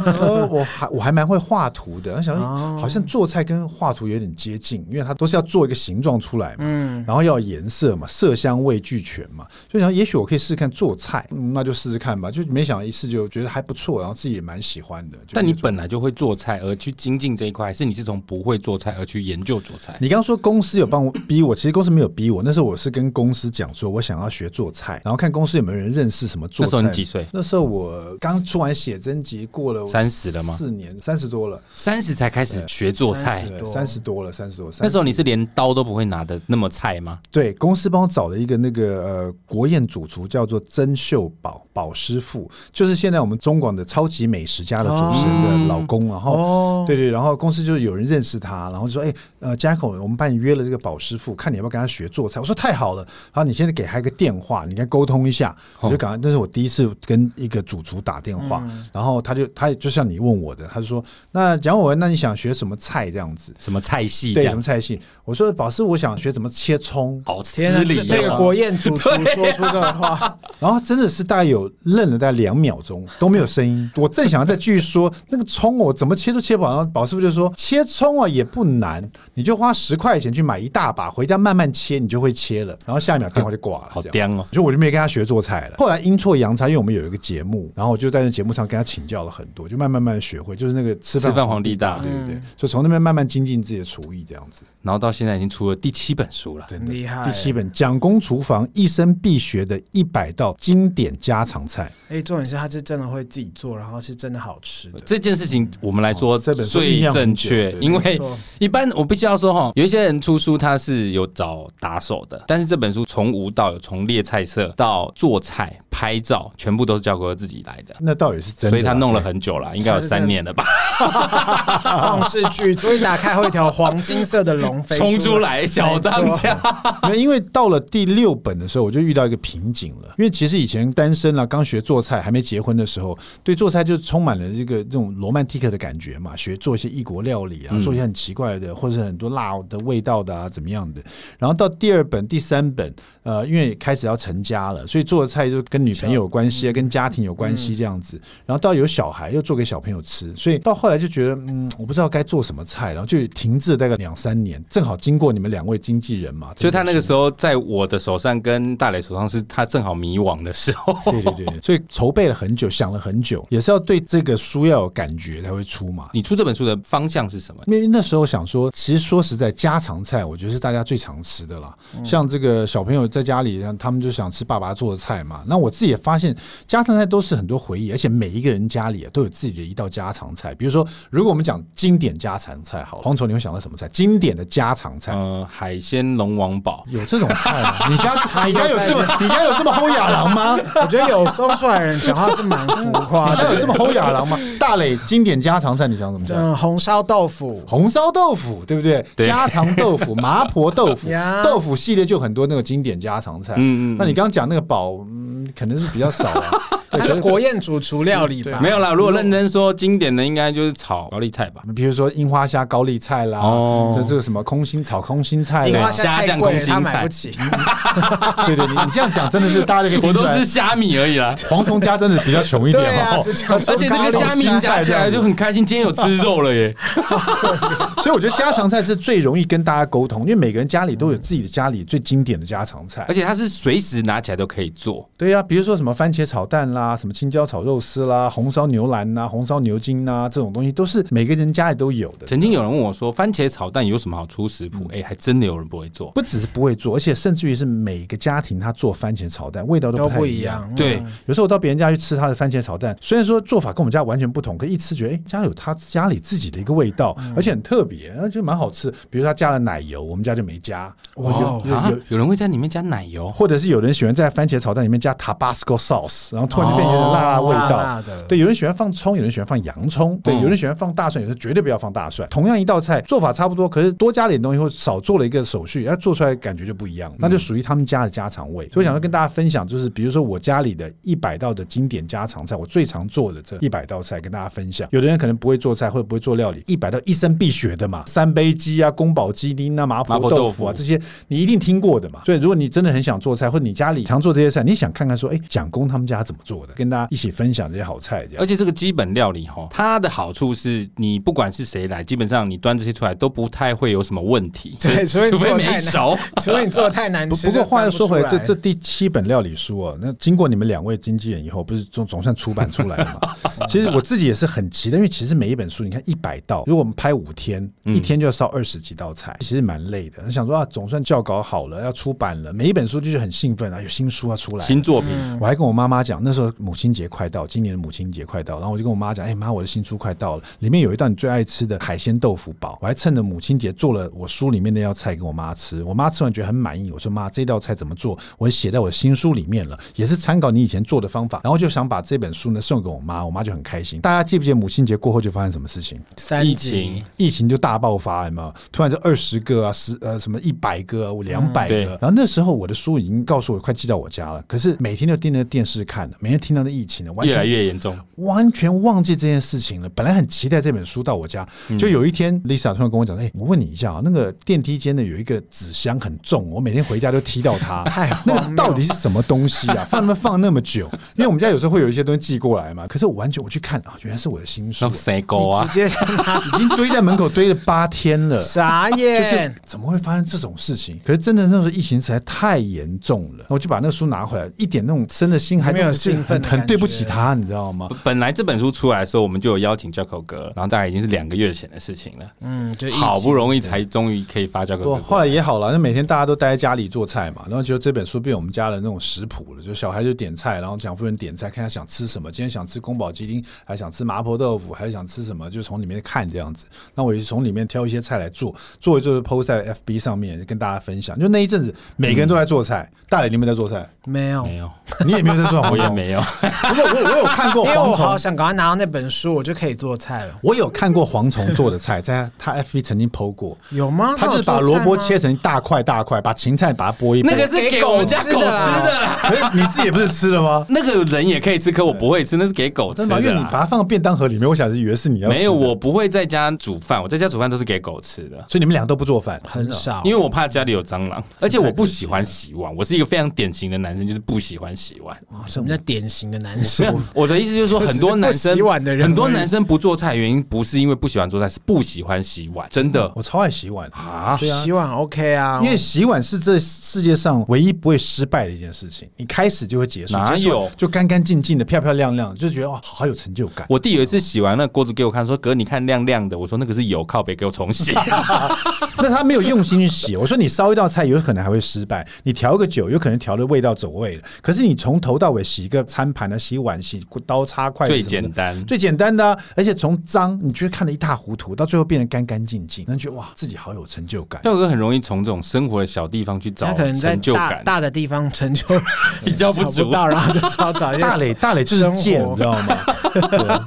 D: 呃我还 <laughs> 我还蛮会画图的。我想
C: 哦
D: 好像做菜跟画图有点接近，因为它都是要做一个形状出来嘛。
C: 嗯，
D: 然后要颜色嘛，色香味俱全嘛，所以想也许我可以试试看做菜，嗯那就试试看吧。就没想到一试就觉得还不错，然后自己也蛮喜欢的。就
B: 但你
D: 那种
B: 本来就会做菜，而去精进这一块，还是你是从不会做菜而去研究做菜？
D: 你刚刚说公司有帮我逼我，其实公司没有逼我，那时候我是跟公司讲说我想要学做菜，然后看公司有没有人认识什么做
B: 那
D: 菜。
B: 时候你几岁？
D: 那时候我刚出完写真集，过了
B: 30了吗
D: 四年，三十多了，
B: 三十才开始学做菜
C: 30。
D: 对，
C: 多
D: 三十多了，三十多。
B: 那时候你
D: 30
B: 是连刀都不会拿的那么菜吗？
D: 对公司帮我找了一个那个呃国宴主厨，叫做曾秀宝宝师傅，就是现在我们中广的超级美食家的主持人的老公，然后。
C: 哦，
D: 对对，然后公司就有人认识他，然后就说：“哎，呃，Jacko，我们帮你约了这个宝师傅，看你要不要跟他学做菜。”我说：“太好了，然后你现在给他一个电话，你跟他沟通一下。”我就赶快，那是我第一次跟一个主厨打电话，然后他就他就像你问我的，他就说：“那蒋伟文，那你想学什么菜？”这样子，
B: 什么菜系这
D: 对什么
B: 样？
D: 菜系？我说：“宝师，我想学怎么切葱。”
B: 好失
C: 天啊，这
B: 礼
C: 这个
B: 哦！
C: 国宴主厨说出这个
D: <laughs>
C: 话，
D: 然后真的是大概有愣了大概两秒钟都没有声音， <laughs> 我正想要再继续说那个葱我怎么切都切不好，然后宝师傅就说切葱啊也不难，你就花十块钱去买一大把，回家慢慢切你就会切了。然后下一秒电话就挂了，
B: 好
D: 这样。
B: 颠哦！
D: 就我就没跟他学做菜了。后来阴错阳差，因为我们有一个节目，然后我就在那节目上跟他请教了很多，就慢慢慢慢学会，就是那个吃
B: 吃
D: 饭
B: 饭皇帝大
D: 对，对对，就从那边慢慢精进自己的厨艺，这样子。
B: 然后到现在已经出了第七本书了。
D: 真的
C: 很厉害。
D: 第七，本《蒋公厨房一生必学的一百道经典家常菜》。
C: 哎，重点是他是真的会自己做，然后是真的好吃
D: <laughs>
C: 的。
B: 这件事情我们来说
D: 哦这本书酝
B: 最
D: 酿
B: 正
D: 很久
B: 确，
D: 对
B: 因
C: 没
B: 为
C: 错
B: 一般我必须要说哈，有一些人出书他是有找打手的，但是这本书从无到有，从列菜色到做菜、拍照，全部都是教哥自己来的，
D: 那倒也是真的啦，
B: 所以他弄了很久了，应该有三年了吧，
D: 啊
C: 旷世巨足以打开后一条黄金色的龙
B: <laughs>
C: 飞
B: 冲出，来小当
C: <laughs>
B: 家。
D: 没有 <laughs> 因为到了第六本的时候，我就遇到一个瓶颈了。因为其实以前单身啦，刚学做菜，还没结婚的时候，对做菜就充满了这个这种罗曼蒂克的感觉嘛，学做一些异国料理啊，
B: 嗯
D: 做一些很奇怪的，或者是很多辣的味道的啊，怎么样的。然后到第二本、第三本，呃，因为开始要成家了，所以做的菜就跟女朋友有关系啊，跟家庭有关系这样子。然后到有小孩，又做给小朋友吃，所以到后来就觉得，嗯，我不知道该做什么菜，然后就停滞大概两三年，正好经过你们两位经纪人嘛，
B: 就他那个时
D: 候。
B: 候在我的手上跟大磊手上，是他正好迷惘的时候。 <laughs>
D: 对对对，所以筹备了很久，想了很久，也是要对这个书要有感觉才会出嘛。
B: 你出这本书的方向是什么？
D: 因为那时候想说，其实说实在，家常菜我觉得是大家最常吃的啦，像这个小朋友在家里，然后他们就想吃爸爸做的菜嘛。那我自己也发现，家常菜都是很多回忆，而且每一个人家里啊都有自己的一道家常菜。比如说，如果我们讲经典家常菜，好了，黄虫你会想到什么菜？经典的家常菜。
B: 呃，海鲜龙王堡，
D: 有这种菜吗？ <laughs> 你家你家有
C: 有
D: 这么你家有这么齁亚郎 <laughs> 吗？
C: 啊我觉得有说出来的人讲话是蛮浮夸
D: 你家有这
C: 的。
D: 么齁亚郎吗？大磊经典家常菜，你想怎么讲？
C: 嗯，红烧豆腐，
D: 红烧豆腐，对不对？
B: 对
D: 家常豆
B: <laughs>
D: 腐、麻婆豆腐
C: 呀、
D: 豆腐系列就很多那个经典家常菜。
B: 嗯嗯嗯
D: 那你刚刚讲那个煲，嗯，可能是比较少啊。
B: <laughs>
C: 它
D: 对可
C: 是
D: 是
C: 国宴主厨料理吧？
B: 没有啦。如果认真说，经典的应该就是炒高丽菜吧，
D: 比如说樱花虾高丽菜啦，
B: 哦
D: 这这个什么空心炒空心菜
C: 樱花
D: 啦，
C: 虾太贵了，他买不起。
D: 对对，你你这样讲真的是大家就可
B: <laughs>
D: 以
B: 我
D: 听出
B: 都
D: 来 <laughs>
B: 是虾米而已啦。
D: 黄虫家真的比较穷一
B: <laughs>
D: 点
C: 对啊，
D: 哦。
C: 只讲出
B: 而且这
C: 高
B: 个
C: 丽
B: 虾米
D: 高丽菜
B: 夹起来就很开心，今天有吃肉了耶！
D: 所以我觉得家常菜是最容易跟大家沟通，因为每个人家里都有自己的家里最经典的家常菜
B: 而。且它是随时拿起来都可以做，
D: 对呀、比如说什么番茄炒蛋啦，什么青椒炒肉丝啦，红烧牛腩啦，红烧牛筋啦，这种东西都是每个人家里都有的。
B: 曾经有人问我说，番茄炒蛋有什么好出食谱？哎，还真的有人不会做。
D: 不只是不会做，而且甚至于是每个家庭他做番茄炒蛋味道都
C: 都
D: 不太
C: 不
D: 一
C: 一
D: 样。
C: 样。
B: 对，
D: 有时候我到别人家去吃他的番茄炒蛋，虽然说做法跟我们家完全不同，可一吃觉得哎、家有他家里自己的一个味道，而且很特别，然后就蛮好吃。比如说他加了奶油，我们家就没加。
C: 哇
D: 哦，有
B: 啊
D: 有有，
B: 有人会在里面加奶油，
D: 或者是有人喜欢在番茄炒蛋里面加 Tabasco sauce，然后突然就变成有点辣辣的味
C: 哦
D: 道。
C: 辣辣的
D: 对，有人喜欢放葱，有人喜欢放洋葱，对，
B: 嗯
D: 有人喜欢放大蒜，有人绝对不要放大蒜。同样一道菜做法差不多，可是多加点东西或少做了一个手续，它做出来感觉就不一样，那就属于他们家的家常味。所以我想要跟大家分享，就是比如说我家里的一百道的经典家常菜，我最常做的这一百道菜跟大家分享。有的人可能不会做菜，或者不会做料理，一百道一生必学的嘛，三杯鸡啊、宫保鸡丁啊、麻
B: 麻
D: 婆
B: 婆
D: 豆
B: 豆
D: 腐啊
B: 腐
D: 这些你一定听过的嘛。所以如果你真的很想做菜，或者你家里常做这些菜，你想看看说，哎，蒋公他们家怎么做的，跟大家一起分享这些好菜，这样
B: 而。且这个基本料理哈，它的好处是你不管是谁来，基本上你端这些出来都不太会有什么问题，
C: 对除非你
B: 除非
C: 做得
B: 没
C: 太难
B: 熟。
C: 除非你做的太难
D: 不
C: 吃。
D: 不过话又说回来，这
C: 就
D: 这第七本料理书哦，那经过你们两位经纪人以后，不是总总算出版出来了嘛？其实我自己也是很期待，因为其实每一本书，你看一百道，如果我们拍五天，一天就要烧二十几道菜，其实蛮累的。想说啊，总算校稿好了，要出版了，每一本书就是很兴奋啊，有新书要出来了，
B: 新作品，
D: 我还跟我妈妈讲，那时候母亲节快到，今年的母亲节快到，然后我就跟我妈讲，哎、妈，我的新书快到了，里面有一道你最爱吃的海鲜豆腐煲，我还趁着母亲节做了我书里面那道菜给我妈吃，我妈吃完觉得很满意，我说妈，这道菜怎么做，我写在我新书里面了，也是参考你以前做的方法，然后就想把这本书呢送给我妈，我妈就很开心。大家记不记得母亲节过后就发生什么事情？
C: 三
B: 疫
C: 级
B: 情，
D: 疫情就大爆发，有没有？突然就二十个啊，十呃什么一百个、两百
B: 嗯
D: 个
B: 对。
D: 然后那时候我的书已经告诉我快寄到我家了，可是每天就盯着电视看，每天听到那疫情呢，完
B: 越来
D: 全
B: 越严重。
D: 完全忘记这件事情了。本来很期待这本书到我家，
B: 嗯
D: 就有一天 Lisa 突然跟我讲：“哎、我问你一下啊，那个电梯间的有一个纸箱很重，我每天回家都踢到
B: <laughs>
D: 它，
C: 太荒
D: 那
C: 谬
D: 个到底是什么东西啊？放那么放那么久？因为我们家有时候会有一些东西寄过来嘛，可是我完全我去看啊，原来是我的新书
B: 那，谁狗
C: 你
B: 啊
C: 直？接让他
D: 已经堆在门口堆了八天了。”
C: 傻
D: 就是
C: 眼。
D: 哎怎么会发生这种事情？可是真的那时候疫情实在太严重了，我就把那个书拿回来，一点那种生的心还
C: 没有兴奋的
D: 很很
C: 感觉
D: 对不起他，你知道吗？
B: 本来这本书出来的时候，我们就有邀请教口哥，然后大概已经是两个月前的事情了，
C: 嗯，就
B: 好不
C: 容
B: 容易才终于可以发教口
D: 不，
B: 哥。
D: 后来也好了，那每天大家都待在家里做菜嘛，然后就这本书变我们家的那种食谱了，就小孩就点菜，然后蒋夫人点菜，看他想吃什么，今天想吃宫保鸡丁，还想吃麻婆豆腐，还想吃什么，就从里面看这样子。那我也是从里面挑一些菜来做，做一做就 post 在 FB 上面跟大家分享。就那一阵子，每个人都在做菜，大磊你有没有在做菜？
C: 易没有，
B: 没有，
D: 你也没有在做，
B: 我也。没有。
D: 不过我我有看过
C: 因为
D: 蝗
C: 我好
D: 虫，
C: 想赶快拿到那本书，我就可以做菜了。
D: 我有看过蝗虫做的菜，在 <laughs> 他 FB 曾经剖过，
C: 有吗？
D: 他就是
C: 有做
D: 把萝卜
C: 菜吗
D: 切成大块大块，把芹菜把它剥一剥。
B: 那个是给我们家狗吃的啦，
D: 可是你自己也不是吃了吗
B: <laughs> ？那个人也可以吃，可我不会吃，那是给狗吃
D: 真的吗？
B: 的
D: 因为你
B: 啦。
D: 把它放到便当盒里面，我想是以为是你要吃的
B: 没有，我，不会在家煮饭，我在家煮饭都是给狗吃的。
D: 所以你们俩都不做饭，
C: 很少，
B: 因为我怕家里有蟑螂，而且我不喜欢洗碗，我是一个非常典型的男生，就是不喜欢洗碗。
C: 什么叫典型的男
B: 没
C: 生
B: 有？，我的意思就是说，
C: 就是
B: 很多男生
C: 不洗碗的人
B: 很多
C: 而已
B: 男生不做菜，原因不是因为不喜欢做菜，是不喜欢洗碗，真的
D: 我超爱洗碗
B: 啊。
D: 对啊
C: 洗碗 OK 啊，
D: 因为洗碗是这世界上唯一不会失败的一件事情，你开始就会结束，
B: 哪
D: 结束
B: 有
D: 就干干净净的、漂漂亮亮，就觉得哇，好有成就感。
B: 我弟有一次洗完那锅子给我看，说：“哥，你看亮亮
C: <laughs>
B: 的。”我说：“那个是油，靠北，给我重洗。
D: 那他没有用心去洗，我说你烧一道菜，有可能还会会失败。你调一个酒，有可能调的味道走味了，可是你从头到尾洗一个餐盘啊、洗碗、洗刀叉筷子
B: 最
D: 什么的
B: 简单。
D: 最简单的啊、而且从脏你觉得看得一塌糊涂，到最后变得干干净净，那你觉得哇，自己好有成就 <laughs> 感。
B: 教哥很容易从这种生活的小地方去找
C: 他可能在
B: 成就
C: 大
B: 感，
C: 大的地方成就
B: 比较
C: 找
B: 不足
C: 不。到，然后就找找一些
D: 大磊，大磊就是贱，
C: 生活
D: 你知道吗？
B: <laughs>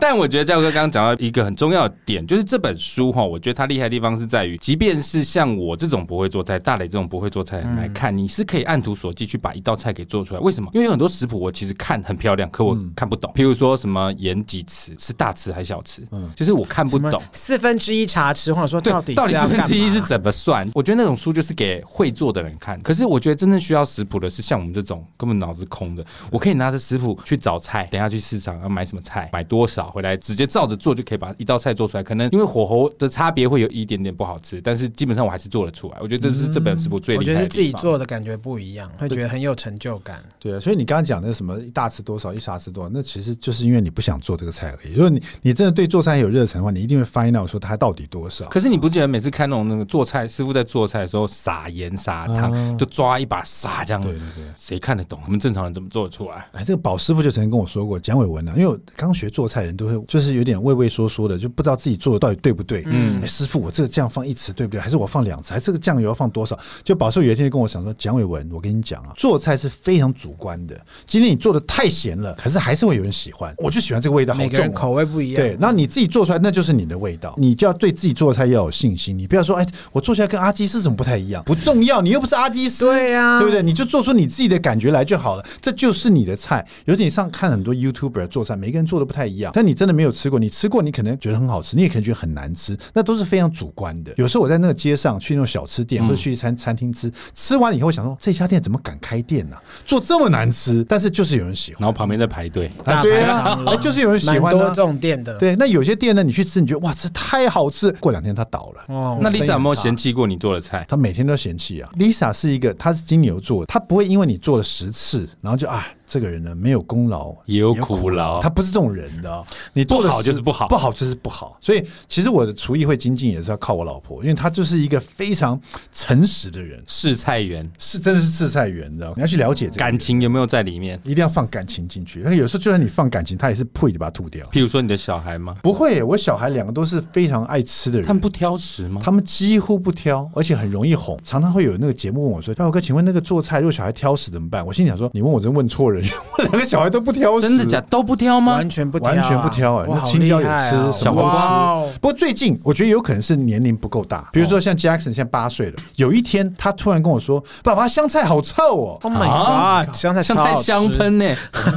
B: 但我觉得教哥刚刚讲到一个很重要的点，就是这本书哈，我觉得它厉害的地方是在于，即便是像我这种不会做菜、大磊这种不会做菜的人来看，
C: 嗯
B: 你是可以按图索骥去把一道菜给做出来。为什么？因为有很多食谱我其实看很漂亮，可我
C: 嗯
B: 看不懂。譬如说什么盐几匙是大匙还是小匙，就是我看不
C: 嗯什么
B: 懂。
C: 四分之一茶匙，或者说
B: 对，
C: 到底
B: 到底
C: 是要
B: 四分
C: 干
B: 之一
C: 嘛
B: 是怎么算？我觉得那种书就是给会做的人看。可是我觉得真正需要食谱的是像我们这种根本脑子空的，我可以拿着食谱去找菜，等一下去市场要买什么菜，买多少回来，直接照着做就可以把一道菜做出来。可能因为火候的差别会有一点点不好吃，但是基本上我还是做得出来。我觉得这是这本食谱最
C: 嗯我
B: 厉
C: 觉
B: 害
C: 得
B: 的
C: 是自己
B: 地方。
C: 做的感觉不一样，会觉得很有成就感。
D: 对啊，所以你刚刚讲的什么一大匙多少，一茶匙多少，那其实就是因为你不想做这个菜而已。如果你你真的对做菜很有热忱的话，你一定会 find out 说它到底多少。
B: 可是你不觉得每次看那种那个做菜师傅在做菜的时候撒盐撒糖，
C: 啊
B: 就抓一把撒这样，
D: 对对对
B: 谁看得懂？我们正常人怎么做得出来？
D: 哎，这个宝师傅就曾经跟我说过，蒋伟文啊，因为我刚学做菜的人都会就是有点畏畏缩缩的，就不知道自己做的到底对不对。嗯，哎，师傅，我这个酱放一匙对不对？还是我放两匙？还是这个酱油要放多少？就宝师傅有一天就跟我讲说，蒋伟文，我跟你讲啊，做菜是非常主观的。今天你做的太咸了，可是还是会有人喜欢。我就喜欢这个味道，好
C: 每个人
D: 重哦
C: 口味不一样，
D: 对，那你自己做出来，那就是你的味道。你就要对自己做的菜要有信心，你不要说，哎，我做出来跟阿基师怎么不太一样？不重要，你又不是阿基师，
C: 对啊呀
D: 对不对？你就做出你自己的感觉来就好了，这就是你的菜。尤其你上看很多 YouTuber 做菜，每个人做的不太一样，但你真的没有吃过，你吃过，你可能觉得很好吃，你也可能觉得很难吃，那都是非常主观的。有时候我在那个街上去那种小吃店
C: 嗯
D: 或者去餐餐厅吃，吃完以后想说，这家店怎么敢开店呢、做这么难吃，但是就是有人喜欢。
B: 然后旁边在排队。
C: 大排
D: 对啊
C: 长，
D: 哎
C: 龙
D: 就是有人喜
C: 蛮
D: 欢、啊、
C: 多这种店的。
D: 对，那有些店呢，你去吃，你觉得哇，这太好吃，过两天它倒了。
C: 哦，
B: 那
D: 生意
B: Lisa 有没有
D: 很差
B: 嫌弃过你做的菜？
D: 他每天都嫌弃啊。Lisa 是一个，她是金牛座，她不会因为你做了十次，然后就啊，这个人呢没有功劳
B: 也有苦劳
D: 她不是这种人的哦。你做的
B: 不好就是不好
D: 不好就是不好。所以其实我的厨艺会精进也是要靠我老婆，因为她就是一个非常诚实的人，
B: 试菜员
D: 是真的是吃菜园的。你要去了解这个人
B: 感，情有没有在里面？
D: 一定要放感情进去。那有时候就算你放感情，她也是呸的把它吐掉。
B: 譬如说你的小孩吗？
D: 不会，我小孩两个都是非常爱吃的人，
B: 他们不挑食吗？
D: 他们几乎不挑，而且很容易哄。常常会有那个节目问我说：“大哥，请问那个做菜，如果小孩挑食怎么办？”我心想说：“你问我真问错人， <laughs> 我两个小孩都不挑食，
B: 真的假都不挑吗
C: 完？全不挑啊
D: 完全不挑哎、
C: 哇
D: 那
C: 好
D: 青椒也
C: 厉害哦
D: 吃，什
B: 小
C: 哇
D: 么都
C: 哦
D: 吃。不过最近我觉得有可能是年龄不够大，比如说像 Jackson 现在八岁了，有一天他突然跟我说：“爸爸，香菜好臭哦。”
C: Oh my god！香菜
B: 像
C: 超
B: 在
C: 好吃
B: 香，喷呢、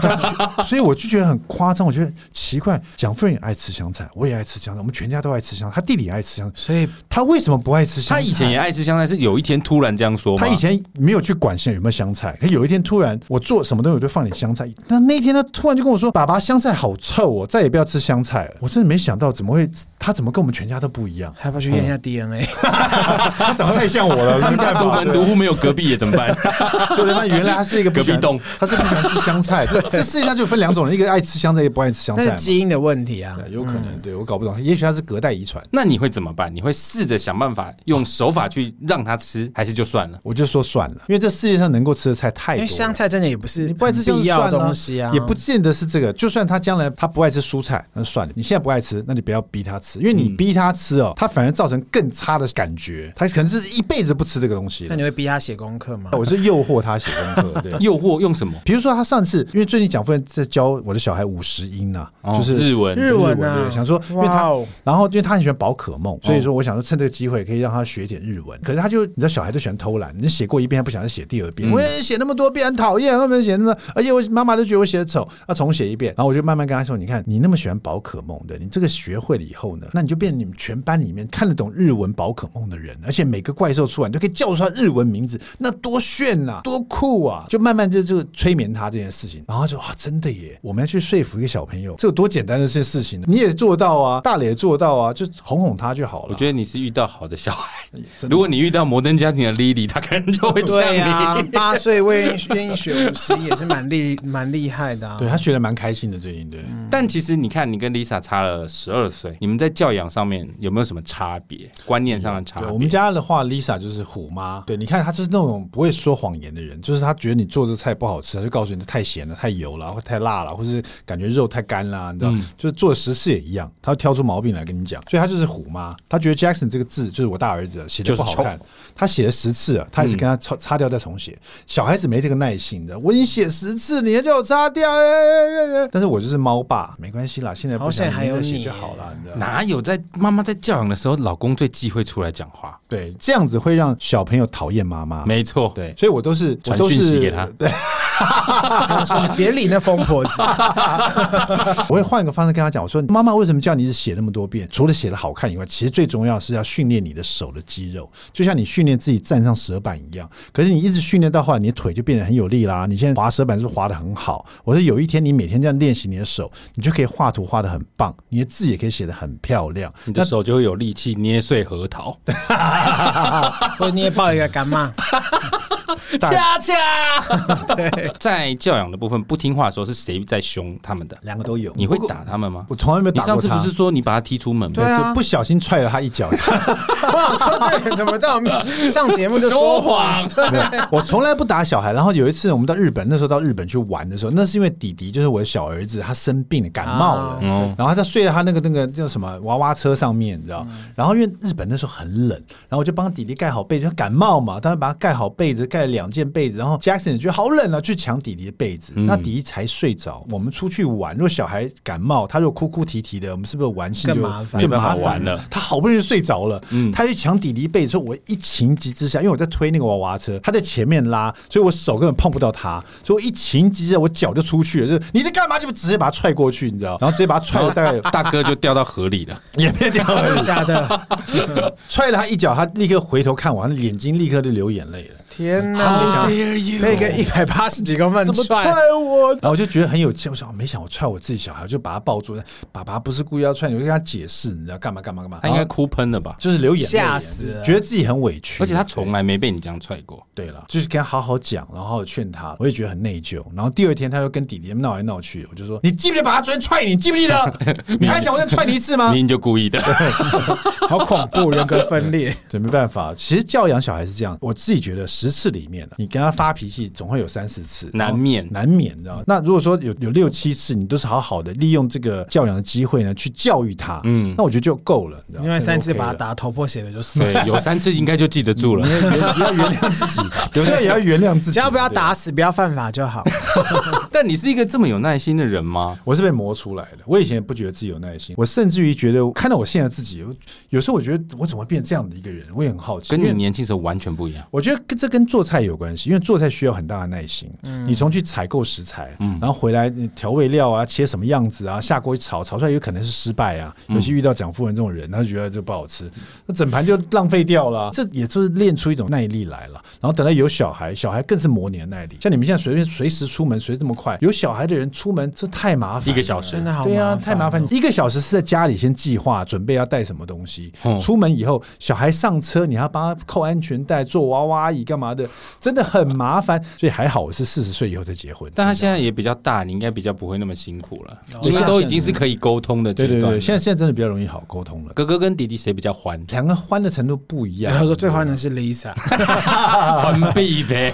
B: <laughs>
D: 所以我就觉得很夸张，我觉得奇怪，蒋夫人也爱吃香菜，我也爱吃香菜，我们全家都爱吃香菜，他弟弟也爱吃香菜，
C: 所以，
D: 他为什么不爱吃
B: 他
D: 香菜？
B: 以前也爱吃香菜，是有一天突然这样说吗？
D: 他以前没有去管现在有没有香菜，可有一天突然我做什么东西我就放点香菜，那那天他突然就跟我说：“爸爸，香菜好臭哦，再也不要吃香菜了。”我真的没想到怎么会他怎么跟我们全家都不一样
C: <laughs> 还要不要去验一下
D: 嗯
C: DNA？
D: 他长得太像我了，
B: 他们家独
C: <laughs>
B: 门独户没有隔壁也怎么
D: <laughs>
B: 办？
D: 所以他原来他是一个不喜欢
B: 隔壁栋，
D: 他是不喜欢吃
C: <laughs>
D: 香菜。这这世界上就分两种人，一个爱吃香菜，一个不爱吃香
C: 那
D: 菜
C: 是
D: 嘛。
C: 基因的问题啊。
D: 有可能，对我搞不懂，也许他是隔代遗传。
B: 那你会怎么办？你会试着想办法用手法去让他吃，还是就算了？
D: 我就说算了，因为这世界上能够吃的菜太
C: 因
D: 多
C: 为
D: 了。
C: 香菜真的也不是
D: 你不爱吃
C: 很
D: 香
C: 必
D: 菜
C: 要
D: 算
C: 的
D: 了
C: 东西啊，
D: 也不见得是这个。就算他将来他不爱吃蔬菜，那算了，你现在不爱吃，那你不要逼他吃，因为你逼他吃
C: 嗯
D: 哦，他反而造成更差的感觉，他可能是一辈子不吃这个东西
C: 那
D: 了。
C: <laughs> 你会逼他写功课吗？
D: 我是诱惑他写功课，对。
C: <laughs>
B: 诱惑用什么？
D: 比如说，他上次因为最近蒋夫人在教我的小孩五十音呐、
B: 哦
D: 就是
B: 日文
C: 日文啊
D: 对想说，因为
C: 哇
D: 他
C: 哦，
D: 然后因为他很喜欢宝可梦，所以说我想说趁这个机会可以让他学一点日文。可是他就你知道，小孩都喜欢偷懒，你写过一遍还不想再写第二遍，我也写那么多遍，很讨厌，为什么写那么多？而且我妈妈都觉得我写的丑，要重写一遍。然后我就慢慢跟他说：“你看，你那么喜欢宝可梦的，你这个学会了以后呢，那你就变你们全班里面看得懂日文宝可梦的人，而且每个怪兽出来你都可以叫出来日文名字，那多炫呐、多酷啊！”就慢慢就就催眠他这件事情。然后他就啊，真的耶，我们要去说服一个小朋友，这有多简单的这件事情呢，你也做到啊，大磊也做到啊，就哄哄他就好了。
B: 我觉得你是遇到好的小孩。
D: 哎
B: 如果你遇到摩登家庭的 Lily，他可能就会 <laughs> 这
C: 对
B: 样
C: 呀
B: 你。，
C: 八岁愿意愿意学五十也是蛮厉蛮厉害的啊。
B: 嗯
D: 对他学的蛮开心的，最近对。
B: 但其实你看，你跟 Lisa 差了十二岁，你们在在教养上面有没有什么差别？观念上的差
D: 对，
B: 别？
D: 我们家的话，Lisa 就是虎妈。对，你看她就是那种不会说谎言的人，就是她觉得你做这菜不好吃，她就告诉你这太咸了、太油了、或太辣了，或是感觉肉太干了，你知道？就是做十次也一样，她会挑出毛病来跟你讲。所以她就是虎妈，她觉得 Jackson 这个字就是我大儿子写的不好
B: 就是
D: 看，她写了十次啊，她一直跟他擦擦掉再重写。小孩子没这个耐心的，我已经写十次，你还叫我擦掉，哎哎哎哎哎但是我就是猫爸，没关系啦，现在不
C: 好
D: 想
C: 险还有
D: 再写
C: 你
D: 就好了，你知道？
B: 哪有在妈妈在教养的时候，老公最忌讳出来讲话？
D: 对，这样子会让小朋友讨厌妈妈。
B: 没错，
D: 对，所以我都是我
B: 传
D: 都
B: 讯息
D: 是
B: 给他
D: <laughs> 对，
C: 说你别理那疯婆子，
D: 我会换一个方式跟他讲，我说妈妈为什么叫你一直写那么多遍？除了写的好看以外，其实最重要是要训练你的手的肌肉，就像你训练自己站上蛇板一样。可是你一直训练到后来，你的腿就变得很有力啦。你现在滑蛇板是不是滑得很好？我说有一天你每天这样练习你的手，你就可以画图画得很棒，你的字也可以写得很漂亮。
B: 你的手就会有力气捏碎核桃。
C: 或者你也抱一个干妈，
B: <laughs> 恰恰， <laughs> 对，在教养的部分，不听话的时候是谁在凶他们的？
D: 两个都有，
B: 你会打他啊们吗？
D: 我从来没有
B: 你
D: 打
B: 上
D: 过
B: 次不
D: 他。
B: 是说你把他踢出门吗？
D: 我就不小心踹了他一脚，
C: 我想说这个人怎么在我面上节目就说谎？对，
D: <laughs> 我从来不打小孩。然后有一次我们到日本，那时候到日本去玩的时候，那是因为弟弟就是我的小儿子，他生病了，感冒了，
B: 哦
D: 然后他睡在他那个那个叫什么娃娃车上面，你知道？然后因为日本那时候很冷，然后我就帮弟弟盖好被子，他感冒嘛，当然把他盖好被子，盖了两件被子。然后 Jackson 也觉得好冷啊，去抢弟弟的被子，那弟弟才睡着。我们出去玩，如果小孩感冒，他如果哭哭啼啼的，我们是不是玩性就
C: 更麻烦嗯
D: 就
B: 没办法
D: 麻烦
B: 玩了
D: 他好不容易睡着了，他去抢弟弟被子，说我一情急之下，因为我在推那个娃娃车，他在前面拉，所以我手根本碰不到他，所以我一情急之下，我脚就出去了，就是你在干嘛？就直接把他踹过去，你知道？然后直接把他踹了大概
C: <laughs>
D: 有
B: 大哥就掉到河里 <laughs> 了。
D: 也没掉
C: 真的
D: 了，
C: 假的？
D: 踹了他一脚，他立刻回头看我，他眼睛立刻就流眼泪了。
C: 天
D: 他没想
C: 哪！
B: 哦
C: 被一个一百八十几公分
D: 怎么
C: 踹
D: 踹，我？然后我就觉得很有气，我想没想我踹我自己小孩，我就把他抱住，爸爸不是故意要踹你，我就跟他解释，你知道干嘛干嘛干嘛？
B: 他应该哭喷了吧？
D: 就是流眼泪，
C: 吓死了
D: 觉得自己很委屈，
B: 而且他从来没被你这样踹过。
D: 对了，就是跟他好好讲，然后好好劝他，我也觉得很内疚。然后第二天他又跟弟弟闹来闹去，我就说：“你记不记得把他昨天踹你？记不记 <laughs> 得？你还想我再踹你一次吗
B: 明明就故意的， <laughs>
C: 好恐怖，人格分裂。？”
D: 对，没办法，其实教养小孩是这样，我自己觉得十次里面，啊你跟他发脾气，总会有三四次，
B: 难免
D: 难免，你知道吗？那如果说有有六七次，你都是好好的利用这个教养的机会呢，去教育他，嗯，那我觉得就够了，你知道吗
C: 另外三次
D: 这个
C: 把
D: OK
C: 他
D: 了
C: 打头破血流就算
B: <laughs>
C: 了，
B: 对，有三次应该就记得住了。 <laughs>
D: 你要原你要原谅自
C: <laughs>
D: 己，有时候也要 <laughs> 原谅自己，
C: 只要不要
D: 对啊
C: 打死，不要犯法就好。
B: 但你是一个这么有耐心的人吗？
D: 我是被磨出来的。我以前也不觉得自己有耐心，我甚至于觉得看到我现在自己，我有时候我觉得我怎么会变这样的一个人，我也很好奇。
B: 跟你
D: 因为
B: 年轻时候完全不一样。
D: 我觉得跟这跟做菜有关系，因为做菜需要很大的耐心。
B: 嗯
D: 你从去采购食材，然后回来你调味料啊，切什么样子啊，下锅一炒，炒出来有可能是失败啊。
B: 嗯
D: 尤其遇到蒋夫人这种人，他就觉得这不好吃，那整盘就浪费掉了啊。这也就是练出一种耐力来了。然后等到有小孩，小孩更是磨你的耐力。像你们现在随便随时出门，随时这么快，有小孩的人出门这太麻烦了，
B: 一个小时
C: 真的好
D: 对啊，太麻
C: 烦哦
D: 烦
C: 了。
B: 哦
D: 了。一个小时是在家里先计划准备要带什么东西，
B: 嗯
D: 出门以后小孩上车，你还要帮他扣安全带、坐娃娃椅干嘛的，真的很麻烦。所以还好我是四十岁以后才结婚。
B: 但他现在也比较大，你应该比较不会那么辛苦了，
D: 对
B: 因为都已经是可以沟通的阶
D: 对哦对
B: 段
D: 对，
B: 了。
D: 现在现在真的比较容易好沟通了。
B: 哥哥跟弟弟谁比较欢？
D: 两个欢的程度不一样，
B: 哎
C: 然后说最欢的是 Lisa，
B: 欢必呗。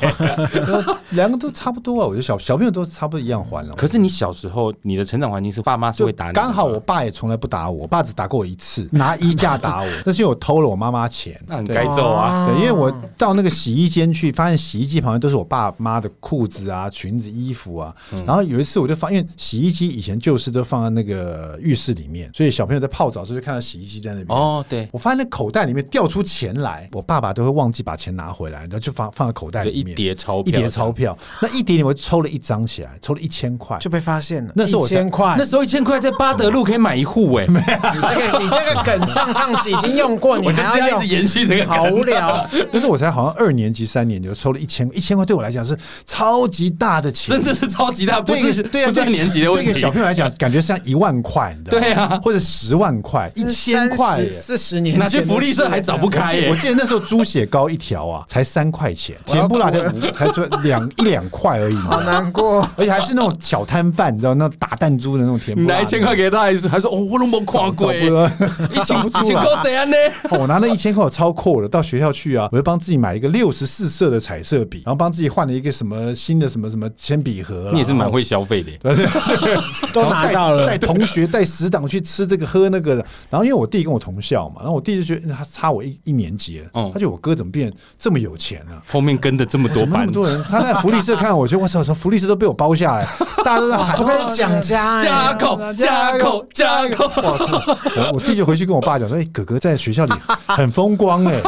D: 两个都差不多啊。我觉得小小朋友都差不多一样欢了。
B: <laughs> 可是你小时候，你的成长环境是爸妈是
D: 就
B: 会打你的吗，
D: 刚好我爸也从来不打我，我爸只打过我一
B: <laughs>
D: 次，拿衣架打我， <laughs> 那是因为我偷了我妈妈钱。
B: 那很该揍啊！
D: 对，因为我到那个洗衣间去，发现洗衣机旁边都是我爸妈的裤子啊、裙子、衣服啊。
B: 嗯
D: 然后有一次我就发现，因为洗衣机以前旧式都放在那个浴室里面，所以小朋友在泡澡的时候就看到洗衣机在那边。
B: 哦，对，
D: 我发现那口袋里面掉出钱来，我爸爸都会忘记把钱拿回来，然后就放放在口袋
B: 就
D: 里
B: 一
D: 面。
B: 叠钞
D: 一
B: 票，
D: 叠钞。票，那一叠里我抽了一张起来，抽了一千块，
C: 就被发现了。
D: 那时候
C: 一
D: 我才
C: 千块
B: 那，时候一千块在巴德路可以买一户哎，
C: 你这个你这个梗上上期已经用过，你
B: 我就是
C: 还
B: 要
C: 要
B: 一直
C: 用，
B: 延续这个。
C: 好无。聊。
D: 那时候我才好像二年级、三年级，我抽了一千一千块，对我来讲是超级大的钱，
B: 真的是超级大，不
D: 对一
B: 是
D: 个对啊，
B: 不是
D: 对一个
B: 年级的问
D: 对一
B: 题
D: 个。小朋友来讲，感觉像一万块，你知道吗
B: 对啊
D: 或者十万块、一千块耶。
C: 四
B: <laughs>
C: 十年
B: 哪
C: 前
B: 些福利社还找不
D: 我
B: 开
D: 记我
B: 耶？
D: 记得那时候猪血糕一条啊，才三块钱，
B: 要
D: 甜不辣才五才才两一两块而已嘛。
C: 好难难 <laughs> 过。
D: 而且还是那种小摊贩，你知道那种打弹珠的那种甜不
B: 你
D: 辣
B: 拿一千块给他还是还说哦，我都没
D: 找
B: 跨过，
D: 找不
B: <laughs> 一千
D: 到 <laughs> 找
B: 一
D: 不出
B: 千
D: 来
B: 块谁安呢？
D: 哦我拿那一千块我超扣了，到学校去啊，我就帮自己买一个六十四色的彩色笔，然后帮自己换了一个什么新的什么什么铅笔盒啦。
B: <laughs> 你也是蛮会消费的耶，
D: 对，
C: <laughs> 都
D: 然后
C: 拿
D: 带
C: 到了
D: 带同学带死党去吃这个喝那个的。然后因为我弟跟我同校嘛，然后我弟就觉得哎他差我一一年级了，
C: 哦
B: 嗯
D: 他觉得我哥怎么变这么有钱了、
B: 后面跟着这么多
D: 怎么那
B: 班
D: 么，多人？他在福利社看我，觉得我操，福利社都被我包
C: <laughs>
D: 下来，大家都在喊
C: 会不会是蒋家、欸？
B: 加扣加扣加啊扣，
D: 我操！
C: 哦
D: 我我弟就回去跟我爸讲说：“哎、哥哥在学校里 <laughs> 很风光哎、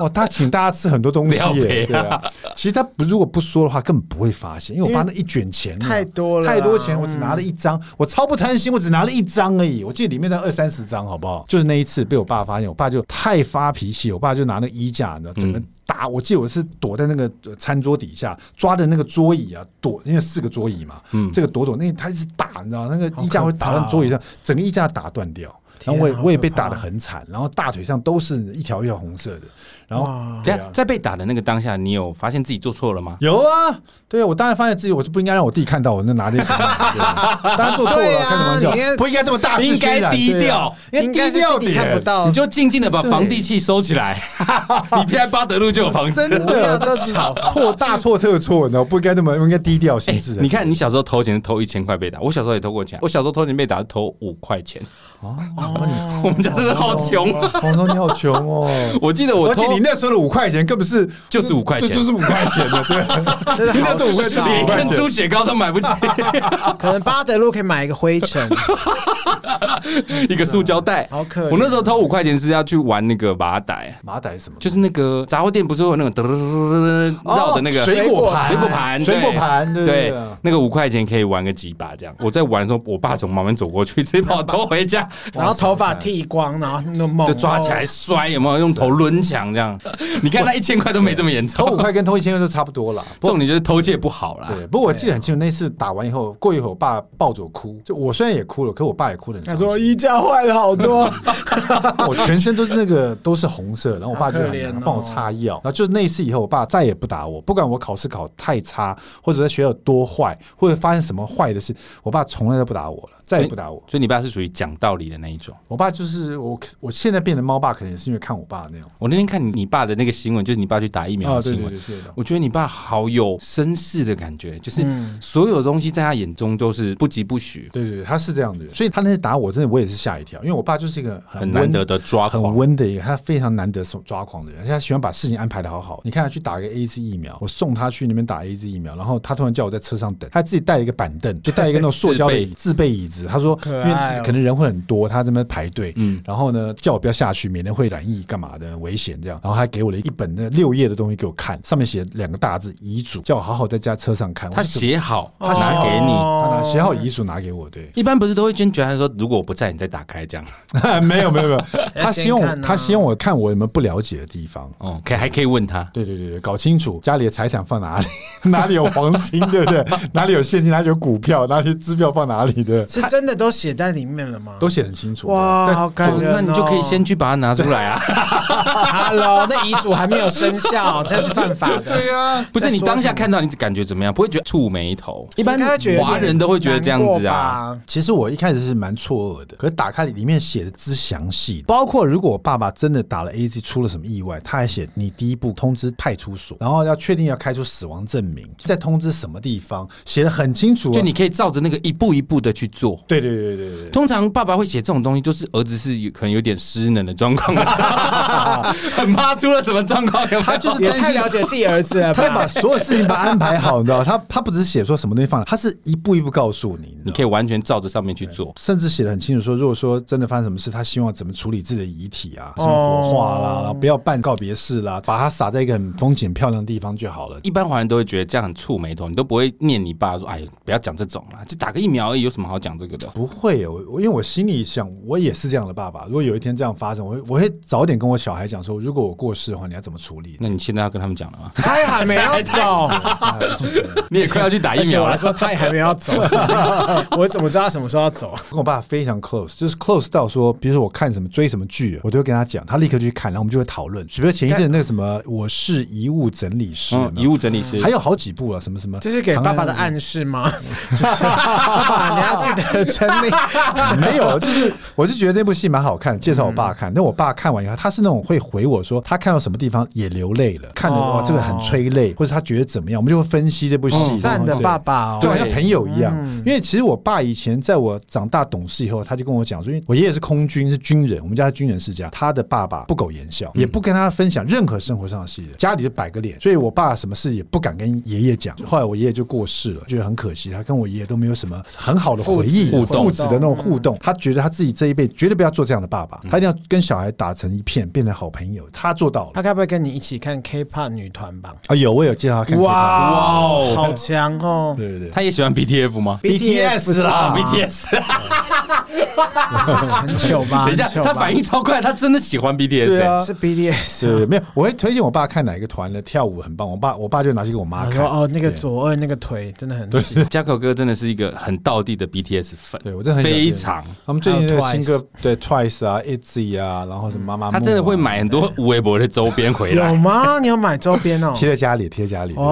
D: 哦，他请大家吃很多东西
B: 了
D: 耶、
B: 解
D: 对啊。其实他不如果不说的话，根本不会发现，因为我爸那一卷钱啊、
C: 太多了啦
D: 太多钱，我只拿了一张，我超不贪心，我只拿了一张而已。我记得里面才二三十张，好不好？就是那一次被我爸发现，我爸就太发脾气，我爸就拿那个衣架，你知道，整个
B: 嗯
D: 打，我记得我是躲在那个呃餐桌底下，抓着那个桌椅啊躲，因为四个桌椅嘛，
B: 嗯
D: 这个躲躲，那个他一直打，你知道，那个衣架
C: 好可
D: 会
C: 怕哦
D: 打到桌椅上，整个衣架打断掉。然后我也
C: 天啊
D: 我也
C: 好可
D: 被打
C: 怕
D: 得很惨，然后大腿上都是一条一条红色的，然后
C: 哇
B: 等一下在被打的那个当下，你有发现自己做错了吗？
D: 有啊，对啊，我当然发现自己，我就不应该让我弟看到我那拿着一条红色的，当然做错
C: 对
D: 了，
C: 啊
D: 开什么玩
C: 你应该
D: 笑，不应该这么大肆
B: 应该
D: 渲染
B: 低
D: 对啊
B: 调
D: 应该低调
C: 应该是弟弟看不
D: 点，
C: 到
B: 你就静静的把房地契收起来， <laughs> 你偏在巴德路就有房子。
C: 真
D: 对啊，
C: 的
D: 这是错大错特错，你知道，不应该这么，应该低调行事的。
B: 哎你看，你小时候偷钱偷一千块被打，我小时候也偷过钱。我小时候偷钱被打是偷五块钱，
C: 哦，
B: 我们家真的好穷啊！
D: 哦，黄总你好穷哦。
B: 我记得我
D: 而
B: 偷
D: 且你那时候的五块钱根本是
B: 就是五块钱
D: 对就是五块钱的，
B: <laughs>
D: 对，啊
C: 啊 <laughs> 真的
D: 你
C: 好
D: 那时候五块钱，
C: 少
B: 连一
D: 五块
B: 根
D: 钱
B: 猪。血糕都买不起，
C: <laughs> 可能巴德路可以买一个灰 <laughs> 尘，
B: <laughs> 一个塑胶袋。
C: 好可怜
B: 我那时候偷五块钱是要去玩那个麻袋，
D: 马仔什么？
B: 就是那个杂货店不是会有那种噔噔噔噔噔噔绕的那个
D: 哦水果
B: 水果
D: 盘，
B: 盘，
D: 水果盘，对对
B: 对
D: 对，
B: 那个五块钱可以玩个几把这样。我在玩的时候，我爸从旁边走过去，直接把我偷回
D: <laughs>
B: 家，
C: 然后头发剃光，然后弄猛
B: 就抓起来摔，有没有用头抡墙这
D: <laughs>
B: 样？你看那一千块都没这么严
D: 偷五
B: 重，
D: 块跟偷一千块都差不多啦。不过
B: 重点就是偷窃不好啦。
D: 对，不过我记得很清楚，那次打完以后，过一会儿我爸抱着我哭，就我虽然也哭了，可我爸也哭得很
C: 他
D: 伤
C: 说
D: 心。
C: 衣架坏了好多，
D: <laughs> 我全身都是那个都是红色，然后我爸就
C: 好可怜哦
D: 帮我擦药，然后就那一次以后，我爸再也不打我，不管我考试考太差，或者在学校有多坏，或者发生什么坏的事，我爸从来都不打我了，再也不打我。
B: 所以你爸是属于讲道理的那一种。
D: 我爸就是我，我现在变成猫爸，可能也是因为看我爸那样。
B: 我那天看你爸的那个新闻，就是你爸去打疫苗
D: 啊，
B: 的
D: 对
B: 新
D: 对
B: 闻
D: 对，，对的
B: 我觉得你爸好有绅士的感觉，就是
C: 嗯
B: 所有东西在他眼中都是不疾不徐，
D: 对对对，他是这样的人，所以他那次打我，真的我也是吓一跳，因为我爸就是一个很
B: 很
D: 温
B: 难得的抓
D: 很
B: 狂。
D: 温的一个，他非常难得手抓狂的人，他喜欢把事情安排的好好。你看他去打个 A Z 疫苗，我送他去那边打 A Z 疫苗，然后他突然叫我在车上等，他自己带了一个板凳，就带一个那种塑胶的椅自备椅子。他说，
C: 可
D: 因为
C: 爱哦
D: 可能人会很多，他在那边排队，
B: 嗯
D: 然后呢叫我不要下去，免得会染疫干嘛的，危险这样。然后还给我了一本那六页的东西给我看，上面写两个大字遗嘱，叫我好好在家车上
B: <laughs>
D: 看。
B: 他
D: 我说
B: 写好，
C: 他写哦
B: 拿给你。
D: 他
C: 好
D: 拿写好遗嘱拿给我，对， <laughs>
B: 一般不是都会坚决他说，如果我不在，你再打开这样。
D: 没有没有没有，他希望
C: 先
D: 我
C: 看啊
D: 他希望我看我有没有不了解的地方，
B: 哦，可以还可以问他。
D: 对对对对，搞清楚家里的财产放哪里， <laughs> 哪里有黄金，对不对？ <laughs> 哪里有现金，哪里有股票，哪里支票放哪里的，
C: 是真的都写在里面了吗
D: 都写得很清楚。
C: 哇，好感人、
B: 那
C: 哦！
B: 你就可以先去把它拿出来啊！
C: Hello，那遗嘱还没有生效，这是
B: <laughs>
C: 犯法的。
D: 对
B: 啊
D: 啊呀、
B: 不是
C: 在
B: 你
C: 说
B: 当下
C: 什么
B: 看到，你感觉怎么样？不会觉得蹙眉头？一
C: 一
B: 般华人都会觉得这样子啊。。
D: 其实我一开始是蛮错愕的，可是打开里面写的之详细，包括如果我爸爸真的打了 A Z 出了什么意外，他还写你第一步通知派出所，然后要确定要开出死亡证明，再通知什么地方，写的很清楚、啊。
B: 就你可以照着那个一步一步的去做。
D: 对对对对对对。
B: 通常爸爸会写这种东西，就是儿子是有可能有点失能的状况 <laughs> 的时候，很怕出了什么状况。有没有
D: 他就是
C: 也
D: 担心
C: 太了解自己儿
D: <laughs>
C: 子
B: 啊
C: 了
D: 他会把
C: 吧？
D: 所有事情把它安排好，你知道，他他不只是写说什么东西放，他是一步一步告诉你，你
B: 你
D: 知道。
B: 可以完全照着上面去做。
D: 甚至写的很清楚说如果说真的发生什么事，他希望怎么处理自己的遗体啊，
B: 哦
D: 什么火化啦，然后不要办告别式啦，把它撒在一个很风景漂亮的地方就好了。
B: 一般啊华人都会觉得这样很蹙眉头，你都不会念你爸说：“哎，不要讲这种啦，就打个疫苗而已，有什么好讲这个的？ <laughs>
D: 不会，我我因为我心里想，我也是这样的爸爸。如果有一天这样发生，我会我会早点跟我小孩讲说，如果我过世的话，你要怎么处理？
B: 那你现在要跟他们讲了吗？
C: 他也还没要
B: 哦
D: <laughs>
C: 走，
B: <laughs> 你也快要去打 <laughs>
C: 而
B: 疫
C: 且
B: 苗
C: 我还
B: 了。
C: 说他也还没要走，我怎么知道他什么时候要走？
D: 跟我爸非常 close，就是 close 到说，比如说我看什么追什么剧，我都会跟他讲，他立刻就去看，然后我们就会讨论。比如说前一阵那个什么，我是遗物整理师，有
B: 嗯，
D: 没有
B: 遗物整理师
D: 还有好几部啊，什么什么，
C: 这是给爸爸的暗示吗？就是
D: <laughs>
C: 爸爸，你要记得整理。 <laughs>
D: 没有，就是我就觉得这部戏蛮好看，介绍我爸看。那、我爸看完以后，他是那种会回我说他看到什么地方也流泪了，看得哇
C: 哦
D: 这个很催泪，或者他觉得怎么样，我们就会分析这部戏。
B: 哦
C: 赞的
D: 对嗯
C: 爸爸哦，
D: 就
B: 对
D: 好像朋友一样。因为其实我爸以前在我长大懂事以后，他就跟我讲说，因为我爷爷是空军，是军人，我们家是军人世家，他的爸爸不苟言笑，也不跟他分享任何生活上的事的，家里就摆个脸，所以我爸什么事也不敢跟爷爷讲。后来我爷爷就过世了，觉得很可惜，他跟我爷爷都没有什么很好的回忆、
C: 父子
D: 父子的那种互动。他觉得他自己这一辈子绝对不要做这样的爸爸，他一定要跟小孩打成一片，变成好朋友。他做到了。
C: 他该不会跟你一起看 K-pop 女团吧？
D: 啊，有我有介绍他看 K-pop。
C: 哇
B: 哦
C: 好强哦
D: 对对对，
B: 他也喜欢 BTF <laughs> 吗
C: ！BTS
B: 啊 <laughs>
C: 啦
B: ，BTS，
C: 很糗吧？
B: 等一下，
C: 很糗
B: 他
C: 吧
B: 反应超快，他真的喜欢 BTS
D: 对
B: 欸。
D: 啊，
C: 是 BTS
B: <laughs>
C: 啊。
D: 对，没有，我会推荐我爸看哪一个团的跳舞很棒，我爸我爸就拿去给我妈
C: 他
D: 看。
C: 说哦，那个
D: 对
C: 左二那个腿真的很细，
B: 加口哥真的是一个很道地的 BTS 粉，
D: 对我真的很喜欢
B: 非
D: BTS
B: 常，
D: 他们最近的
C: 还有
D: 新
C: Twice
D: 歌，对 Twice 啊，Itzy 啊，然后什么妈妈、
B: 嗯他真的会，买很多微博的周边回来
C: 有。吗？你有买周边哦？
D: <laughs> 贴在家里，贴在家里。哦，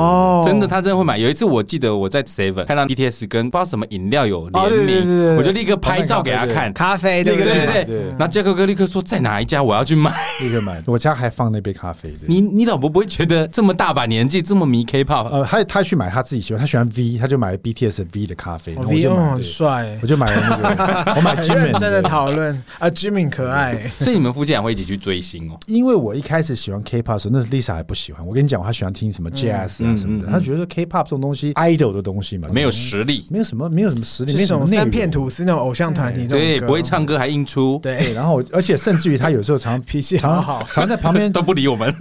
C: 哦，
B: 真的，他真的会买。有一次，我记得我在 Seven 看到 BTS 跟不知道什么饮料有
D: 哦对
B: 联
D: 对对对对
B: 名，我就立刻拍照给他看。
C: 咖啡
D: 那
C: 对不
D: 个
B: 对
D: 是
C: 对？
B: 对
D: 对
B: 对，然后杰克哥立刻说在哪一家我要去买。 <laughs>
D: 立刻买。我家还放那杯咖啡的。
B: 你你老婆不会觉得这么大把年纪这么迷 K-pop？
D: 呃，他他去买他自己喜欢，他喜欢 V，他就买 BTS 的 V 的咖啡，然
C: 哦
D: 后我
C: V
D: 就
C: 哦
D: 买
C: 很，
D: 对
C: 帅
D: 我，就买
C: <laughs>
D: 了那个，我买 j i
C: 认
D: m
C: 真的讨论啊，Jimmy 可爱，
B: 所以你们夫妻俩会一起去追星哦。
D: 因为我一开始喜欢 K-pop 的时候，那是 Lisa 还不喜欢。我跟你讲，她喜欢听
B: 嗯
D: 什么 Jazz 啊什么的，她觉得 K-pop 这种东西，idol 的东西嘛，
B: 没有实力，
D: 没有什么没有什么实力，没
C: 是
D: 有
C: 什
D: 什么
C: 么
D: 内
C: 三
D: 容
C: 片吐司那种偶像团体，
B: 对，不会，唱歌还硬出，
D: 对，
C: 对，
D: 然后我而且甚至于他有时候常脾气常
C: 很好
D: 常在旁边
B: <laughs> 都，不理我们，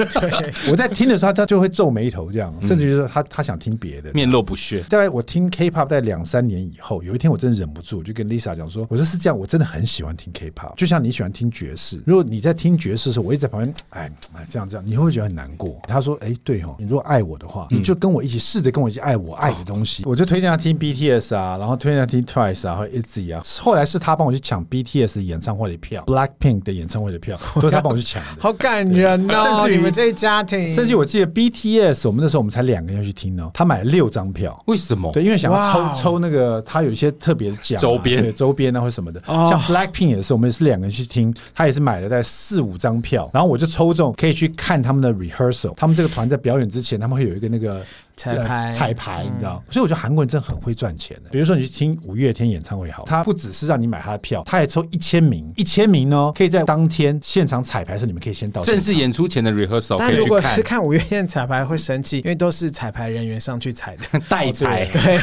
D: 我在听的时候他他就会皱眉头这样，甚至于说他他想听别的。
B: 面露不屑。
D: 在我听 K-pop 在两三年以后，有一天我真的忍不住，我就跟 Lisa 讲说：“我说是这样，我真的很喜欢听 K-pop，就像你喜欢听爵士。如果你在听爵士的时候，我一直在旁边，哎哎，这样这样，你会不会觉得很难过？”他说：“哎，对哦，你如果爱我的话，你就跟我一起试着跟我一起爱我爱的东西。我就推荐他听 BTS 啊，然后推荐他听 Twice 啊，和 ITZY 啊。后来是他帮我去抢 BTS 的演唱会的票，Blackpink 的演唱会的票，都是他帮我去抢的。
C: 好感人哦，
D: 甚至于
C: 你们这一家庭，
D: 甚至我记得 BTS，我们那时候我们才两个人要去听哦，他买了六张票。
B: 为什么？
D: 对，因为想要抽、
C: 哇哦
D: 抽那个，他有一些特别的奖啊、
B: 周边
D: 对周边啊或什么的。
C: 哦
D: 像 Blackpink 也是，我们也是两个人去听，他也是买了大概四五张票，然后我就抽中可以去看他们的 rehearsal。他们这个团在表演之前，他们会有一个那个
C: 彩排嗯
D: 呃彩排，你知道？所以我觉得韩国人真的很会赚钱的。比如说你去听五月天演唱会好，他不只是让你买他的票，他还抽一千名，一千名呢可以在当天现场彩排的时候，你们可以先到
B: 正
D: 现场
B: 式演出前的 rehearsal 可
C: 但
B: 以
C: 如
B: 去
C: 果是
B: 看
C: 看哦五月天彩排会生气，因为都是彩排人员上去彩的。
B: 代才。
C: 对，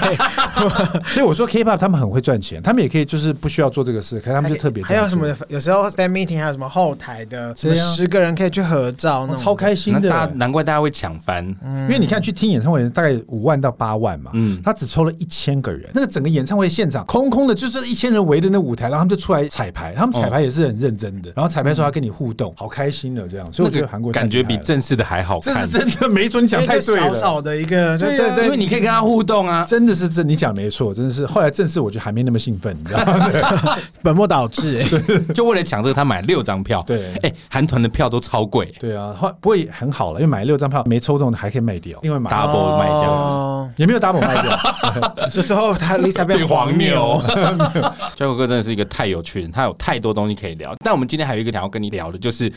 D: 所以我说 K-pop 他们很会赚钱，他们也可以就是不需要做这个事， <laughs> 可是他们就特别
C: 还有什么
D: 这样
C: 有时候 fan meeting 还有什么后台的，什么
D: 对啊
C: 十个人可以去合照，那
D: 做
C: 种
D: 超开心
B: 那
D: 的。嗯
B: 大家难怪大家会抢翻，
D: 因为你看去听演唱会大概五万到八万嘛，
B: 嗯
D: 他只抽了一千个人，那个整个演唱会现场空空的，就是一千人围着那舞台，然后他们就出来彩排，他们
B: 哦
D: 彩排也是很认真的，然后彩排的时候还跟你互动，好开心哦的这样，所以
B: 那
D: 我觉
B: 个
D: 得韩国人
B: 感觉
D: 太厉
B: 比
D: 害了
B: 正式的还好
D: 这
B: 看
D: 是。真的没准你
C: 因
D: 讲
C: 为
D: 太
C: 就
D: 对
C: 少
D: 了。
C: 少的一个，就
D: 对啊
C: 对
B: 因
C: 对
B: 为你可以跟他互动啊，
D: 真的是 <laughs> 这，你讲没错，真的是。后来正式我就还没那么兴奋，你知道吗？ <laughs>
C: 本末倒置。哎
B: 就为了抢这个，他买六张票。
D: 对
B: 哎，韩团的票都超贵，
D: 对啊，后不过也很好了，因为买了六张票没抽中的还可以卖掉，因为买
B: Double 卖掉
C: 哦，
D: 也没有 double 卖掉，
C: <laughs> 所以最后他 Lisa 变
B: 变黄
C: 黄
B: 牛。
C: 牛，
B: <laughs> 焦狗哥真的是一个太有趣人，他有太多东西可以聊。但我们今天还有一个想要跟你聊的，就是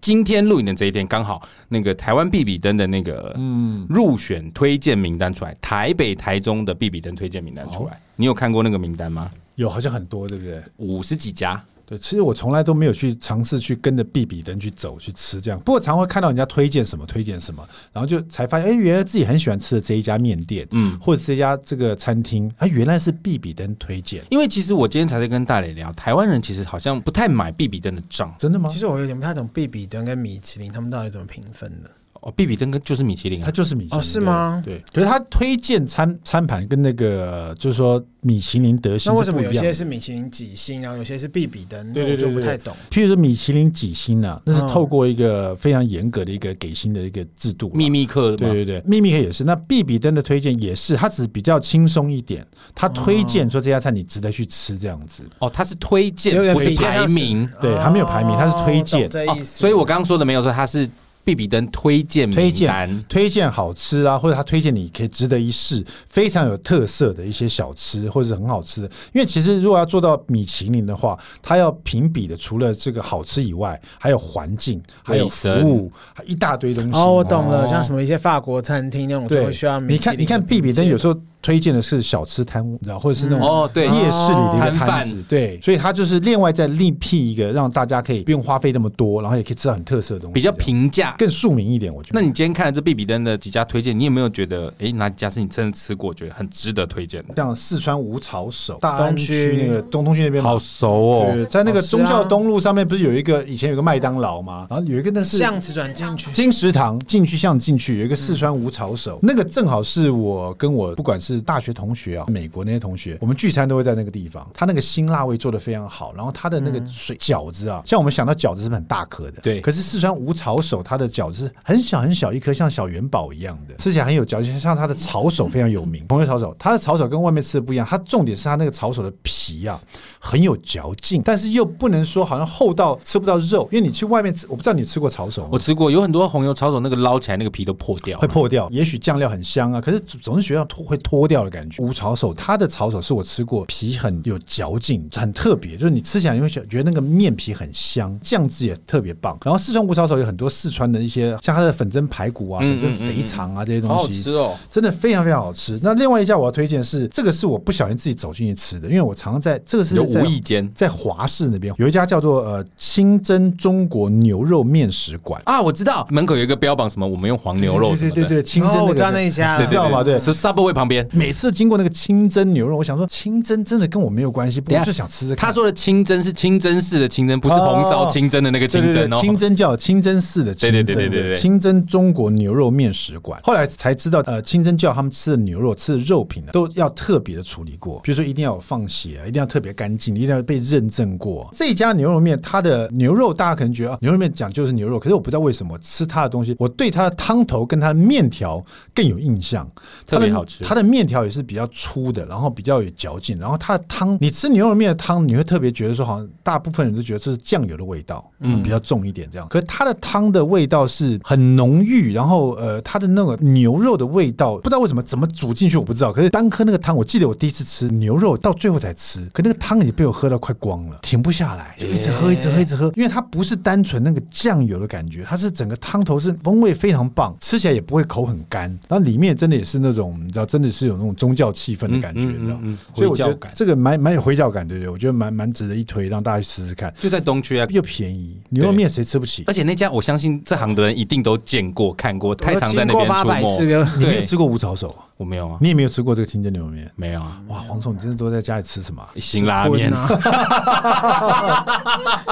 B: 今天录影的这一天，刚好那个台湾必比登的那个嗯入选推荐名单出来，台北、台中的必比登推荐名单出来，你有看过那个名单吗？
D: 有好像很多，对不对？
B: 五十几家，
D: 对，其实我从来都没有去尝试去跟着必比登去走去吃这样，不过常会看到人家推荐什么推荐什么，然后就才发现，哎，原来自己很喜欢吃的这一家面店，嗯，或者这家这个餐厅，啊，原来是必比登推荐，
B: 因为其实我今天才在跟大磊聊，台湾人其实好像不太买必比登的账。
D: 真的吗
C: 其？实我有点不太懂比比登跟米其林他们到底怎么评分的。
B: 哦，必比登跟就是米其林
D: 它
B: 啊，
D: 就是米其林
C: 哦，是？吗？
B: 对，
D: 对可是它推荐餐餐盘跟那个就是说米其林德
C: 那
D: 行
C: 为
D: 是
C: 什
D: 不
C: 么
D: 一
C: 有
D: 样
C: 些
D: 的。
C: 是米其林几星，然后有些是必比登？
D: 对对对
C: 那我就
D: 对
C: 不太懂。
D: 譬如说米其林几星呢、啊？那是
C: 嗯
D: 透过一个非常严格的一个给星的一个制度啦，啊
B: 秘密课嘛，
D: 对对对，秘密客也是。那必比登的推荐也是，它只是比较轻松一点，它推荐说这家菜你值得去吃这样子。
B: 哦，它是推荐
C: 有点
B: 不是
C: 比较
B: 排
C: 像是
B: 名
D: 对，它没有排名，它是推
C: 哦懂
D: 荐，
C: 这
B: 哦
C: 意思。
B: 所以我刚刚说的没有说它是必比登推荐名
D: 推荐
B: 单
D: 推荐好吃啊，或者它推荐你可以值得一试，非常有特色的一些小吃或者是很好吃的。因为其实如果要做到米其林的话，它要评比的除了这个好吃以外，还有环境，还有
B: 卫
D: 服
B: 生
D: 务，还一大堆东西。
C: 哦，我懂了，
B: 哦
C: 像什么一些法国餐厅那种，就
D: 对
C: 会需要，啊米
D: 你
C: 其
D: 看，
C: 林嗯
D: 你看
C: 的
D: 必比
C: 评
D: 登
C: 鉴
D: 有时候推荐的是小吃摊，然后或者是那种
B: 哦，对，
D: 夜市里的一个
B: 摊贩
D: 摊子，对，所以它就是另外再另辟一个，让大家可以不用花费那么多，然后也可以吃到很特色的东西，
B: 比较
D: 这样
B: 平价。
D: 更庶民一点，我觉
B: 那
D: 得。
B: 你今天看了这必比登的几家推荐，你有没有觉得，诶，哪几家是你真的吃过，觉得很值得推荐的？
D: 像四川五草手、大安
C: 东
D: 区
C: 区
D: 那个东东区那边嘛
B: 好熟哦，
D: 对，在那个
C: 好吃啊
D: 忠孝东路上面不是有一个以前有个麦当劳吗？然后有一个那是
C: 巷子转进去，
D: 金石堂进去巷进去有一个四川五草手，那个正好是我跟我不管是大学同学啊，美国那些同学，我们聚餐都会在那个地方。他那个辛辣味做的非常好，然后他的那个水饺子啊，像我们想到饺子是不是很大颗的，
B: 对
D: 可是四川五草手它的饺子是很小很小一颗，像小元宝一样的，吃起来很有嚼劲。像它的炒手非常有名，朋友炒手，它的炒手跟外面吃的不一样，它重点是它那个炒手的皮啊很有嚼劲，但是又不能说好像厚到吃不到肉，因为你去外面吃，我不知道你吃过炒手吗
B: 我？吃过，有很多红油抄手那个捞起来那个皮都破掉
D: 会
B: 了，
D: 破掉，也许酱料很香啊，可是总总是觉得脱会脱掉的感觉。无炒手，它的炒手是我吃过，皮很有嚼劲，很特别，就是你吃起来你会觉觉得那个面皮很香，酱汁也特别棒。然后四川无炒手有很多四川的一些，像它的粉蒸排骨啊、
B: 嗯
D: 粉蒸肥肠啊这些东西，
B: 好好吃哦。
D: 真的非常非常好吃。那另外一家我要推荐是，这个是我不小心自己走进去吃的，因为我常常在这个是
B: 有
D: 在
B: 无意间
D: 在华市那边有一家叫做呃清真中国牛肉面食馆。
B: 啊，我知道门口有一个标榜什么，我们用黄牛肉什
D: 对
B: 么
D: 对对
B: 的，
D: 对，清真、那
C: 哦
D: 个
C: 我知道那一家了
D: 你知道吗？对，
B: 是 Subway 旁边。
D: 每次经过那个清真牛肉，我想说清真真的跟我没有关系，不
B: 等一
D: 过
B: 下
D: 就想吃吃看。
B: 他说的清真是清真式的清真，不是红烧清真的那个
D: 对
B: 清
D: 对
B: 真
D: 对，
B: 哦。
D: 清真教清真寺的清真，
B: 对对对对对对
D: 清真中国牛肉面食馆。后来才知道，呃，清真教他们吃的牛肉、吃的肉品呢，都要特别的处理过，比如说一定要有放血啊，一定要特别干净，一定要被认证过。这家牛肉面，它的牛肉大家可能觉得、啊、牛肉面讲究是牛肉，可是我不知道为什么吃它的东西，我对它的汤头跟它的面条更有印象，
B: 特别
D: 它的
B: 好吃
D: 它的面条也是比较粗的，然后比较有嚼劲，然后它的汤，你吃牛肉面的汤，你会特别觉得说，好像大部分人都觉得这是酱油的味道，嗯，比较重一点这样。可是它的汤的味道是很浓郁，然后呃，它的那个牛肉的味道，不知道为什么怎么煮进去我不知道。可是单喝那个汤，我记得我第一次吃牛肉到最后才吃，可那个汤已经被我喝到快光了，停不下来，就一直喝一直喝一直喝，因为它不是单纯那个酱油的感觉，它是整个汤头是风味非常棒，吃起来也不会口很干，然后里面真的也是那种你知道，真的是有那种宗教气氛的感觉，
B: 嗯嗯
D: 你知道
B: 嗯嗯，
D: 所以我觉
B: 回
D: 得
B: 教感
D: 这个蛮蛮有回教感，对不对？我觉得蛮蛮值得一推，让大家去试试看，
B: 就在东区啊，
D: 又便宜，牛肉面谁吃不起
B: 而？且那家我相信这行的人一定都见过、看过，太常在那
C: 我
B: 边
C: <laughs> 都经过八
B: 出
C: 百次
B: 没。
C: 了，
D: 你没有
B: 对，
D: 吃过无炒手，
B: 我没有啊，
D: 你也没有吃过这个清蒸牛肉面。
B: 没有啊，
D: 哇，黄总，你真的都在家里吃什么啊？
B: 辛拉面
C: <laughs> 荤。啊，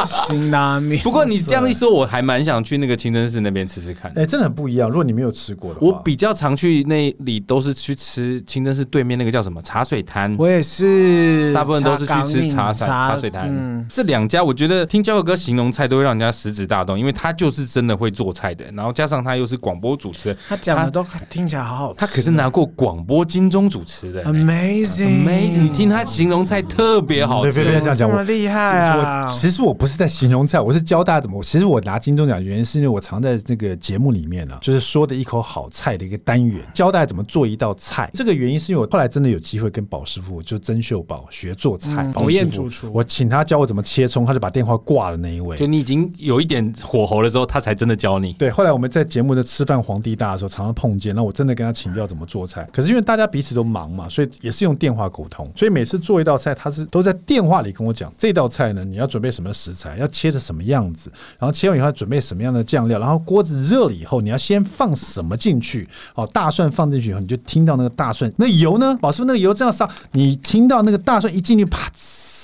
C: 辛拉面。
B: 不过你这样一说，我还蛮想去那个清真寺那边吃吃看的。
D: 哎，真的很不一样。如果你没有吃过的话，
B: 我比较常去那里，都是去吃清真寺对面那个叫什么茶水摊。
C: 我也是，
B: 大部分都是去吃茶
C: 茶
B: 山、
C: 岗
B: 茶
C: 岭
B: 水摊。
C: 嗯，
B: 这两家我觉得听焦哥哥形容菜都会让人家食指大动，因为他就是真的会做菜的，然后加上他又是广播主持人，
C: 他讲的都听起来好好吃，
B: 他可是拿过广播金钟主持的、欸。
C: amazing 嗯
B: Amazing！你听他形容菜特别好
D: 别别别
B: 吃
D: 这，样
C: 哦这
D: 讲，
C: 么
D: 我
C: 厉害啊
D: 我！其实我不是在形容菜，我是教大家怎么。其实我拿金钟奖的原因是因为我常在这个节目里面呢、就是说的一口好菜的一个单元，教大家怎么做一道菜。这个原因是因为我后来真的有机会跟宝师傅，就曾秀宝学做菜，宝
C: 火
D: 师
C: 焰
D: 傅
C: 主厨
D: 我请他教我怎么切葱，他就把电话挂了那一位
B: 就。你已经有一点火候的时候，他才真的教你。
D: 对，后来我们在节目的吃饭皇帝大的时候，常常碰见，那我真的跟他请教怎么做菜。可是因为大家彼此都忙嘛，所以也是用电话沟通。所以每次做一道菜，他是都在电话里跟我讲这道菜呢，你要准备什么食材，要切的什么样子，然后切完以后要准备什么样的酱料，然后锅子热了以后，你要先放什么进去。哦，大蒜放进去以后，你就听到那个大蒜，那油呢，老师傅那个油这样上，你听到那个大蒜一进去，啪。呲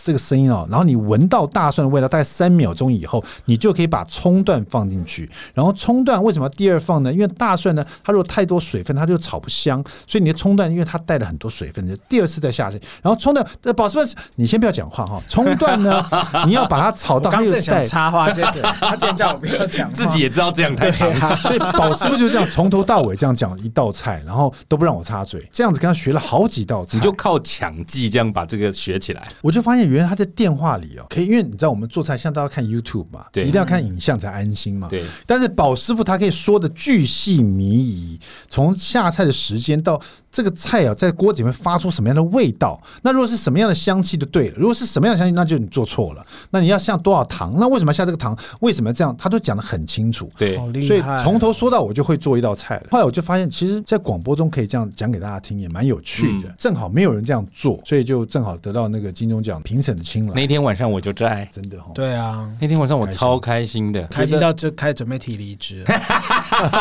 D: 这个声音哦，然后你闻到大蒜的味道，大概三秒钟以后，你就可以把葱段放进去。然后葱段为什么要第二放呢？因为大蒜呢，它如果太多水分，它就炒不香，所以你的葱段因为它带了很多水分，你就第二次再下去。然后葱段，呃，保师傅，你先不要讲话哈、葱
B: <laughs>
D: 段呢，你要把它炒
C: 我
D: 到它
C: 刚
D: 有
C: 正想
D: 带。
C: 插话，这 <laughs> 个他今天叫我不要讲话，
B: 自己也知道这样太长了。
D: 所以宝师傅就这样从头到尾这样讲一道菜，然后都不让我插嘴，这样子跟他学了好几道菜。
B: 你就靠抢记这样把这个学起来，
D: 我就发现原来他在电话里哦，可以，因为你知道我们做菜像都要看 YouTube 嘛，
B: 对
D: 一定要看影像才安心嘛。
B: 对
D: 但是宝师傅他可以说的巨细靡遗，从下菜的时间到这个菜啊，在锅子里面发出什么样的味道，那如果是什么样的香气就对了，如果是什么样的香气，那就你做错了。那你要下多少糖？那为什么要下这个糖？为什么要这样？他都讲得很清楚。
B: 对
C: 好厉
D: 所以
C: 害，啊
D: 从头说到我就会做一道菜了。后来我就发现，其实，在广播中可以这样讲给大家听，也蛮有趣的。正好没有人这样做，所以就正好得到那个金钟奖评审的青睐。
B: 那天晚上我就在，
D: 真的哈，
C: 对啊，
B: 那天晚上我超开心的，
C: 开
B: 觉
C: 心
B: 得
C: 到就开始准备提离职了，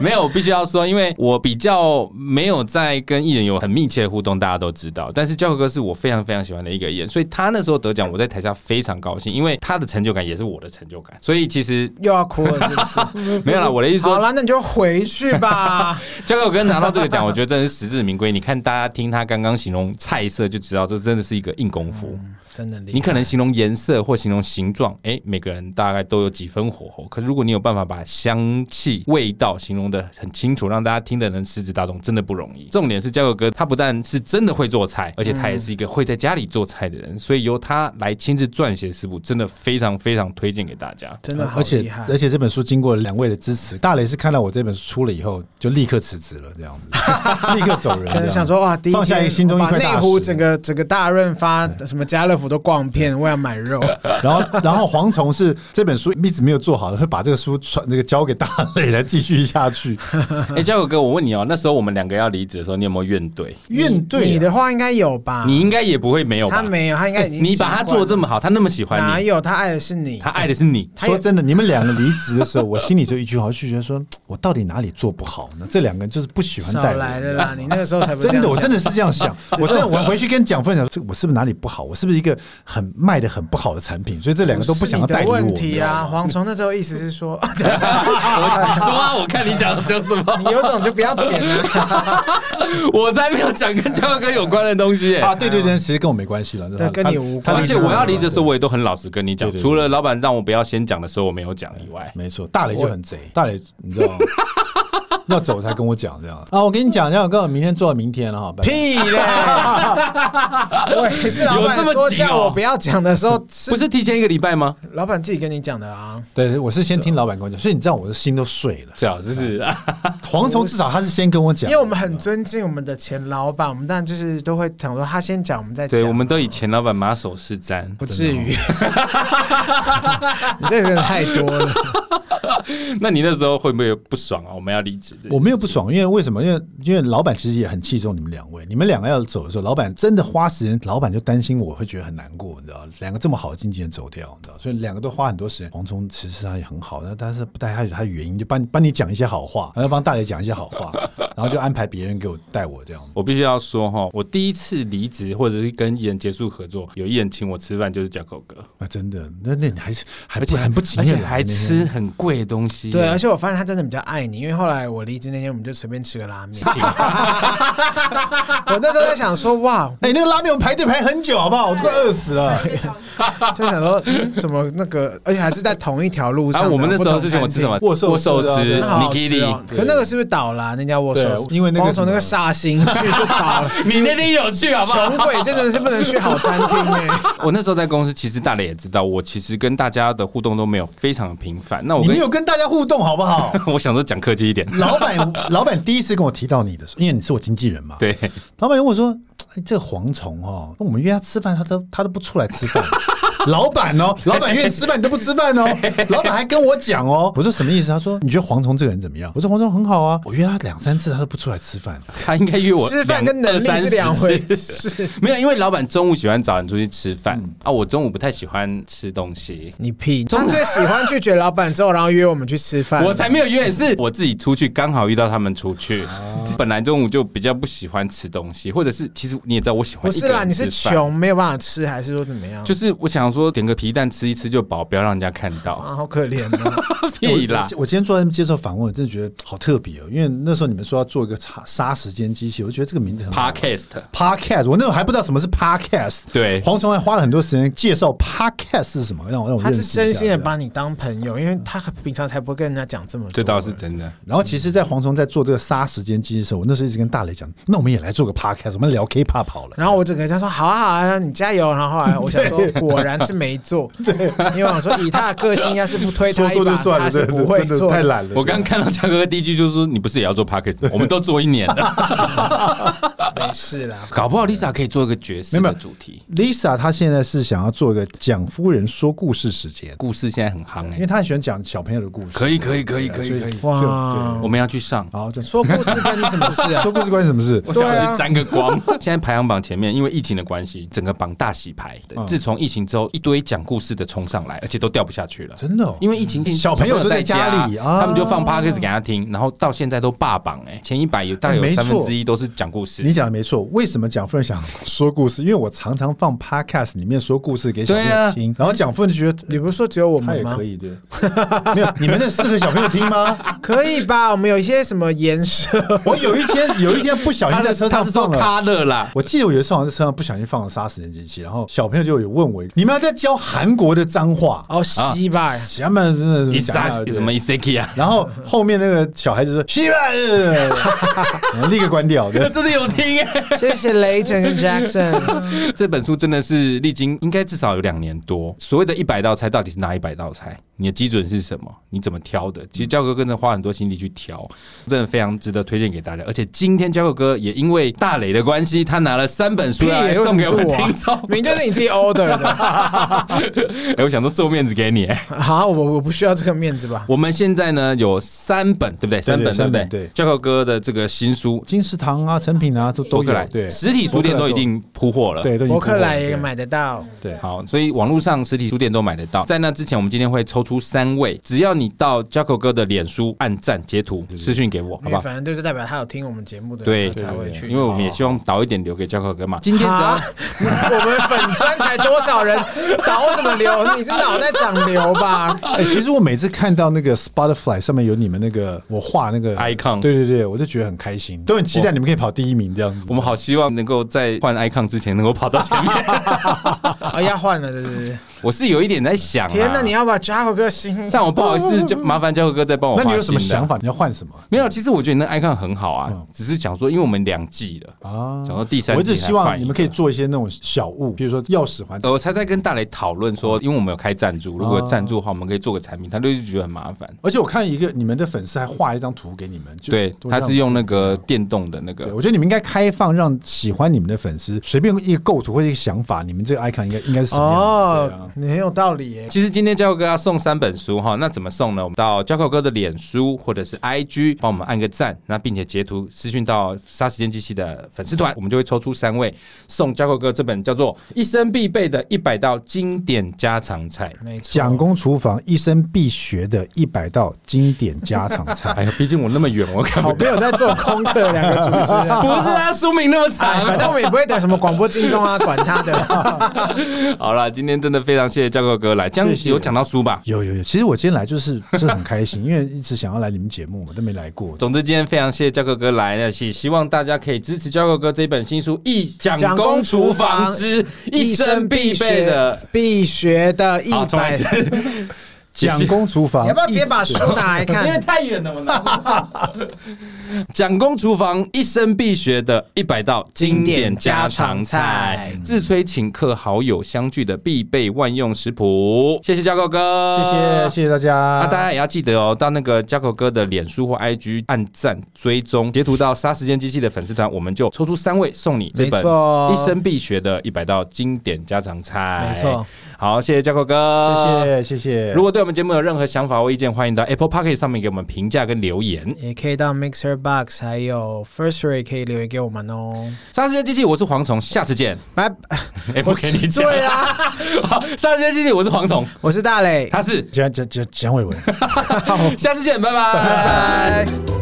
B: 没有，我必须要说，因为我比较没有在跟艺人有很密切的互动，大家都知道。但是教授哥是我非常非常喜欢的一个艺人，所以他那时候得奖，我在台下非常高兴，因为他的成就感也是我的成就感。所以其实
C: 又要哭了是不是？
B: 没有啦，我的意思
C: 好
B: 说，
C: 啦，那你就回去吧。
B: 教授哥拿到这个奖，我觉得真的是实至名归。你看大家听他刚刚形容菜色，就知道这真的是一个硬功夫。
C: 真的厉害，
B: 你可能形容颜色或形容形状，哎、每个人大概都有几分火候。可是如果你有办法把香气、味道形容的很清楚，让大家听得能食指大动，真的不容易。重点是交友哥，他不但是真的会做菜，而且他
C: 嗯
B: 也是一个会在家里做菜的人，所以由他来亲自撰写食谱，真的非常非常推荐给大家。
C: 真的好
D: 而
C: 厉
D: 且
C: 害，
D: 而且这本书经过两位的支持，大雷是看到我这本书出了以后就立刻辞职了，这样
C: <laughs>
D: 子，立刻走人。
C: 可能想说哇，第一
D: 放下一
C: 天
D: 个心中一
C: 把
D: 块
C: 内
D: 大
C: 湖
D: 石
C: 整个整个大润发什么家乐福都逛遍，我要买肉。
D: 然后，然后蝗虫是这本书一直没有做好的，会把这个书传那个交给大磊来继续下去。
B: 哎、交友哥，我问你哦、那时候我们两个要离职的时候，你有没有怨怼？
D: 怨对
C: 你的话应该有吧？
B: 你应该也不会没有吧？
C: 啊他没有，他应该已经
B: 你把他做这
C: 么
B: 么好，他那么喜
C: 哪
B: 欢你，
C: 有？他爱的是你
B: 他，爱的是你。 <laughs>
D: 说真的，你们两个离职的时候，我心里就一句话，我就觉得说我到底哪里做不好呢？这两个人就是不喜欢带
C: 少
D: 我
C: 来了啦！你那个时候
D: <laughs>
C: 才不
D: 真的，我真
C: 的
D: 的是这样
C: 哦
D: 想。 <laughs> 我真的，我回去跟蒋分享，这个我是不是哪里不好？我是不是一个很卖的很不好的产品？所以这两个都不想要代理我。
C: 问题啊，蝗虫那时候意思是说，
B: 我你说啊，我看你讲的讲什么？
C: 你有种就不要剪啊了。
B: <laughs> 我才没有讲跟教授哥有关的东西
C: <laughs>
B: 耶、
D: 啊，对对对，其实跟我没关系了，
C: 对跟你无关
D: 他
B: 而且我要离职的时候，我也都很老实跟你讲
D: 对，对对
B: 除了老板让我不要先讲的时候，我没有讲以外，
D: 没错，大雷就很贼，大雷你知道吗要走才跟我讲这样啊！我跟你讲，要跟我明天做到明天了哈，拜拜
C: 屁嘞！ <laughs> 我也是老板
B: 有这么
C: 说
B: 急哦
C: 叫我不要讲的时候，
B: 不
C: 是
B: 是提前一个礼拜吗？
C: 老板自己跟你讲的啊。
D: 对，我是先听老板跟我讲，所以你知道我的心都碎了。
B: 最好就是啊
D: 蝗虫至少他是先跟我讲，
C: 因为我们很尊敬我们的前老板，我们当然就是都会想说他先讲，我们再讲。
B: 对，我们都以前老板马首是瞻。
C: 不至于， <laughs> 你这个人太多了。
B: 那你那时候会不会不爽啊？我们要离职，
D: 我没有不爽，因为为什么？因为因为老板其实也很器重你们两位，你们两个要走的时候，老板真的花时间，老板就担心我会觉得很难过，你知道，两个这么好的经纪人走掉，你知道，所以两个都花很多时间。黄忠其实他也很好，但但是不带他他的原因，就帮帮你讲一些好话，然后帮大爷讲一些好话，然后就安排别人给我带我这样。
B: 我必须要说哈，我第一次离职或者是跟艺人结束合作，有艺人请我吃饭就是叫狗哥，
D: 啊，真的，那那你还是还
B: 而且
D: 不很不情
B: 而且
D: 愿来
B: 还
D: 那天
B: 吃很贵的东西耶。
C: 对，而啊且我发现他真的比较爱你，因为后来我离职那天，我们就随便吃个拉面。 <laughs> 我那时候在想说，哇，
D: 哎、那个拉面我们排队排很久，好不好？我都快饿死了。
B: 哎
C: 在想说、嗯怎么那个，而且还是在同一条路上
B: 啊，
C: 的。
B: 我们那时候
C: 不同
B: 是请我
C: 餐
B: 吃什么？
D: 握寿司啊对
B: 司、
C: 厅？那好好
B: i
C: 吃
B: l
C: 哦
B: i
C: 可那个是不是倒啦？那家握手司，
D: 对因为那个
C: 光从那个
D: 什
C: 煞星去就倒 <laughs> 了。
B: 你那天有去好不好？
C: 穷鬼真的是不能去好餐厅哎、
B: 我那时候在公司，其实大磊也知道，我其实跟大家的互动都没有非常的频繁。那我
D: 你
B: 跟
D: 没有跟大家互动，好不好？
B: <laughs> 我想说讲客气一点，
D: 老板，老板第一次跟我提到你的时候，因为你是我经纪人嘛，
B: 对，
D: 老板跟我说：“哎，这个蝗虫哦，我们约他吃饭，他都他都不出来吃饭。” <laughs> 老板 <laughs> 哦，老板约你吃饭你都不吃饭哦，老板还跟我讲哦，我说什么意思？他说你觉得黄虫这个人怎么样？我说黄虫很好啊，我约他两三次他都不出来吃饭，
B: 他应该约我
C: 吃饭跟能
B: 两
C: 力是两回。
B: 二三十次 <laughs>
C: 事。嗯
B: 没有，因为老板中午喜欢找你出去吃饭、啊，我中午不太喜欢吃东西。
C: 你屁！他最喜欢拒绝老板之后，然后约我们去吃饭。啊
B: 我才没有约，是我自己出去，刚好遇到他们出去。
C: 哦
B: 本来中午就比较不喜欢吃东西，或者是其实你也知道我喜欢
C: 不
B: 一
C: 是
B: 个人
C: 啦，你是
B: 吃饭
C: 穷没有办法吃，还是说怎么样？
B: 就是我想说点个皮蛋吃一吃就饱，不要让人家看
C: <laughs>
B: 到。
C: 啊，好可
B: <laughs>
C: 怜哦。
B: 屁啦！
D: 我我今天坐在那边接受访问，我真的觉得好特别哦，因为那时候你们说要做一个杀杀时间机器，我觉得这个名字很好。
B: Podcast
C: <laughs>
D: Podcast，我那时候还不知道什么是 Podcast。
B: 对
D: 黄虫还花了很多时间介绍 Podcast 是什么，让我让我
C: 他
D: 认识
C: 是
D: 一下
C: 真心的
D: 对
C: 把你当朋友，因为他平常才不会跟人家讲这么多。
B: 这倒是真的。
D: 然后其实，在黄虫在做这个杀时间机的时候，我那时候一直跟大雷讲，那我们也来做个 podcast，我们聊 K-pop 好了。
C: 然后我整个他说好啊好啊，你加油。然后后来我想说，
B: <laughs>
C: 果然是没做，对，因为我想说以他的个性，要是不推
D: <laughs> 说
C: 他一
D: 说就
C: 把，
D: 算
C: 他
D: 了，
C: 是
D: 这
C: 不会
D: 真的
C: 做。
D: 太懒了。
B: 我刚看到嘉哥第一句就说：“你不是也要做 Podcast？” 我们都做一年
D: <laughs>
B: 了，
C: 没事啦，
B: 搞不好 Lisa 可以做一个角色
D: 没
B: 的
D: 有
B: 主题。
D: <laughs> Lisa 她现在是想要做一个讲夫人说故事时间，
B: 故事现在很夯
D: 因
B: 哎
D: 为，她很喜欢讲小朋友的故事。
B: 可以可以可以
D: 对啊
B: 可以
D: 所
B: 可以，
C: 哇
B: 我！们要去上。
D: 好，这
C: 说故事干你什么事
B: <laughs>
C: 啊
D: 说？故事关你什么事？
B: 我想
C: 对
B: 要
C: 啊
B: 去沾个光。 <laughs> 现在排行榜前面，因为疫情的关系，整个榜大洗牌。对
D: 嗯
B: 自从疫情之后，一堆讲故事的冲上来，而且都掉不下去了。
D: 真的哦
B: 因为疫情，
D: 小朋友都在家里啊
B: 他们就放 podcast 给他听，然后到现在都霸榜哎，前一百有大概
D: 哎
B: 有
D: 没错
B: 三分之一都是讲故
D: 你
B: 事。
D: 讲的没错，为什么蒋夫人想说故事？因为我常常放 podcast 里面说故事给小朋
B: 对
D: 友
B: 啊
D: 听，然后蒋夫人就觉得
C: 你不是说只有我
D: 她
C: 们
D: 也
C: 吗
D: 可？以的， <laughs> 没有你们那适合小朋友听吗？
C: 可以吧？我们有一些什么颜色？
D: 我有一天有一天不小心在车
B: 他
D: 上
B: 是说
D: 放了。
B: 他的啦，
D: 我记得我有一次好像在车上不小心放了杀死人机器，然后小朋友就有问我：“你们要在教韩国的脏话哎
C: 哦，西
B: <laughs>
C: 吧，？”
D: 他们真的
B: 伊
D: 讲
B: 莎
D: 到对
B: 什么伊塞基啊？
D: <laughs> 然后后面那个小孩子说：“希腊人。”然后立刻关掉。对
B: <laughs> 真的有听哎、
C: 谢谢雷 n 跟 Jackson。
B: 这本书真的是历经应该至少有两年多。所谓的一百道菜到底是哪一百道菜？你的基准是什么？你怎么挑的？其实焦哥跟着花很多心力去挑，真的非常值得推荐给大家。而且今天焦哥也因为大磊的关系，他拿了三本书来啊送给我们听众。 <laughs>
C: 明明就是你自己 order 的。
B: 哎、我想说做面子给你、
C: 好，我我不需要这个面子吧？
B: 我们现在呢有三本，对不对？三本，
D: 三本
B: 对不
D: 对
B: 对？焦哥哥的这个新书
D: 金石堂啊、成品啊都都
B: 博客
D: 有
B: 来，
D: 对
B: 实体书店都已经铺货了。
D: 对，都已经
C: 博客来也
D: 对
C: 买得到，
D: 对。
B: 好，所以网络上实体书店都买得到。在那之前，我们今天会抽出三位，只要你到 Jaco 哥的脸书按赞截图私讯给我，好
C: 因
B: 不
C: 为
B: 好？
C: 反正就是代表他有听我们节目的
B: 对，
C: 人他才会去。哦
B: 因为我们也希望导一点留给 Jaco 哥嘛。今天只要
C: 啊， <laughs> 我们粉砖才多少人，导什么 <laughs> 流？你是脑袋长瘤 <laughs> 吧？
D: 哎、其实我每次看到那个 Spotify 上面有你们那个我画那个
B: Icon
D: 对对对，我就觉得很开心，都很期待你们可以跑第一名这样子。
B: 我们好希望能够在换 icon 之前能够跑到前面。
D: <laughs>
C: 啊，要换了，对不对？
B: 我是有一点在想、啊，
C: 天哪，你要把 Jaco 哥心，
B: 但我不好意思，就麻烦 Jaco 哥再帮我。
D: 那你有什么想？法？你要换什么
B: 没有，啊其实我觉得你那 icon 很好啊，只是想说，因为我们两季了，
D: 啊？
B: 想到第三季，
D: 我一直希望你们可以。做一些那种小物，比如说钥匙环。
B: 呃我才在跟大雷讨论
D: 哦
B: 说，因为我们有开赞助，如果有赞助的话，我们可以做个产品，他就是觉得很麻烦。
D: 而且我看一个你们的粉丝还画一张图给你们，就
B: 对，
D: 都这
B: 他
D: 样嗯
B: 是用那个电动的那
D: 对，
B: 个
D: 我。觉得你们应该开放，让喜欢你们的粉丝随便一个构图或者一个想法，你们这个 icon 应该应该是什么样子？对啊
C: 哦，你很有道理耶。
B: 其实今天教哥要送三本书哈，那怎么送呢？我们到教口哥的脸书或者是 IG 帮我们按个赞，那并且截图私讯到杀时间机器的粉丝团，我们就会抽出三位送教口哥这本叫做《一生必备的一百道经典家常菜》。
C: 没错，
D: 蒋公厨房一生必学的一百道经典家常菜。
B: 哎呀，毕竟我那么远，我看不
C: <laughs> 好没有在做功课，两个主持 <laughs> 人。
B: 不是啊，书名那么长
C: 哎，反正我们也不会等什么广播金钟啊，管他 <laughs> 的。
B: 好了，今天真的非常谢谢教授哥来，这样
D: 谢谢
B: 有讲到书吧？
D: <laughs> 有有有，其实我今天来就是是很开心，因为一直想要来你们节目嘛，都没来
C: <laughs>
D: 过。
B: 总之，今天非常谢谢教授哥来呢，也希望大家可以支持教授哥这本新书《一讲
C: 蒋
B: 公
C: 公
B: 厨
C: 厨
B: 房
C: 房
B: 之一生必备的
C: 必学的一》。
B: 啊好，重来
C: 百
B: 一，次。
D: 蒋公厨
C: <laughs>
D: 房，
C: 你要不要直接把书拿
B: 因
C: 来 <laughs>
B: 为
C: 看？
B: 太远了，我拿不到。蒋公厨房一生必学的一百道经典家常菜
C: 经典家常菜，
B: 自吹请客好友相聚的必备万用食谱。谢谢教授哥，
D: 谢谢谢谢大
B: 那
C: 啊
D: 家，
B: 大家也要记得哦，到那个加口哥的脸书或 IG 按赞追踪，截图到“杀时间机器”的粉丝团，我们就抽出三位送你这
C: 没
B: 本
C: 错
B: 一生必学的一百道经典家常菜。
C: 没错，
B: 好，谢谢 Jaco 哥，
D: 谢谢谢谢。
B: 如果对我们节目有任何想法或意见，欢迎到 Apple p o c k e t 上面给我们评价跟留言。
C: 也可以到 Mixer Box，还有 First Story 可以留言给我们哦。
B: 杀时间机器，我是蝗虫，下次
C: <laughs>
B: 见。
C: 拜，
B: 哎、不给你讲。
C: 对啊，
B: <laughs>
C: <laughs>
B: 好，杀时间机器，我是蝗虫，
C: 我是大磊，
B: 他是，
D: 讲讲讲讲伟伟。
B: 下次见，拜拜。
C: 哦拜。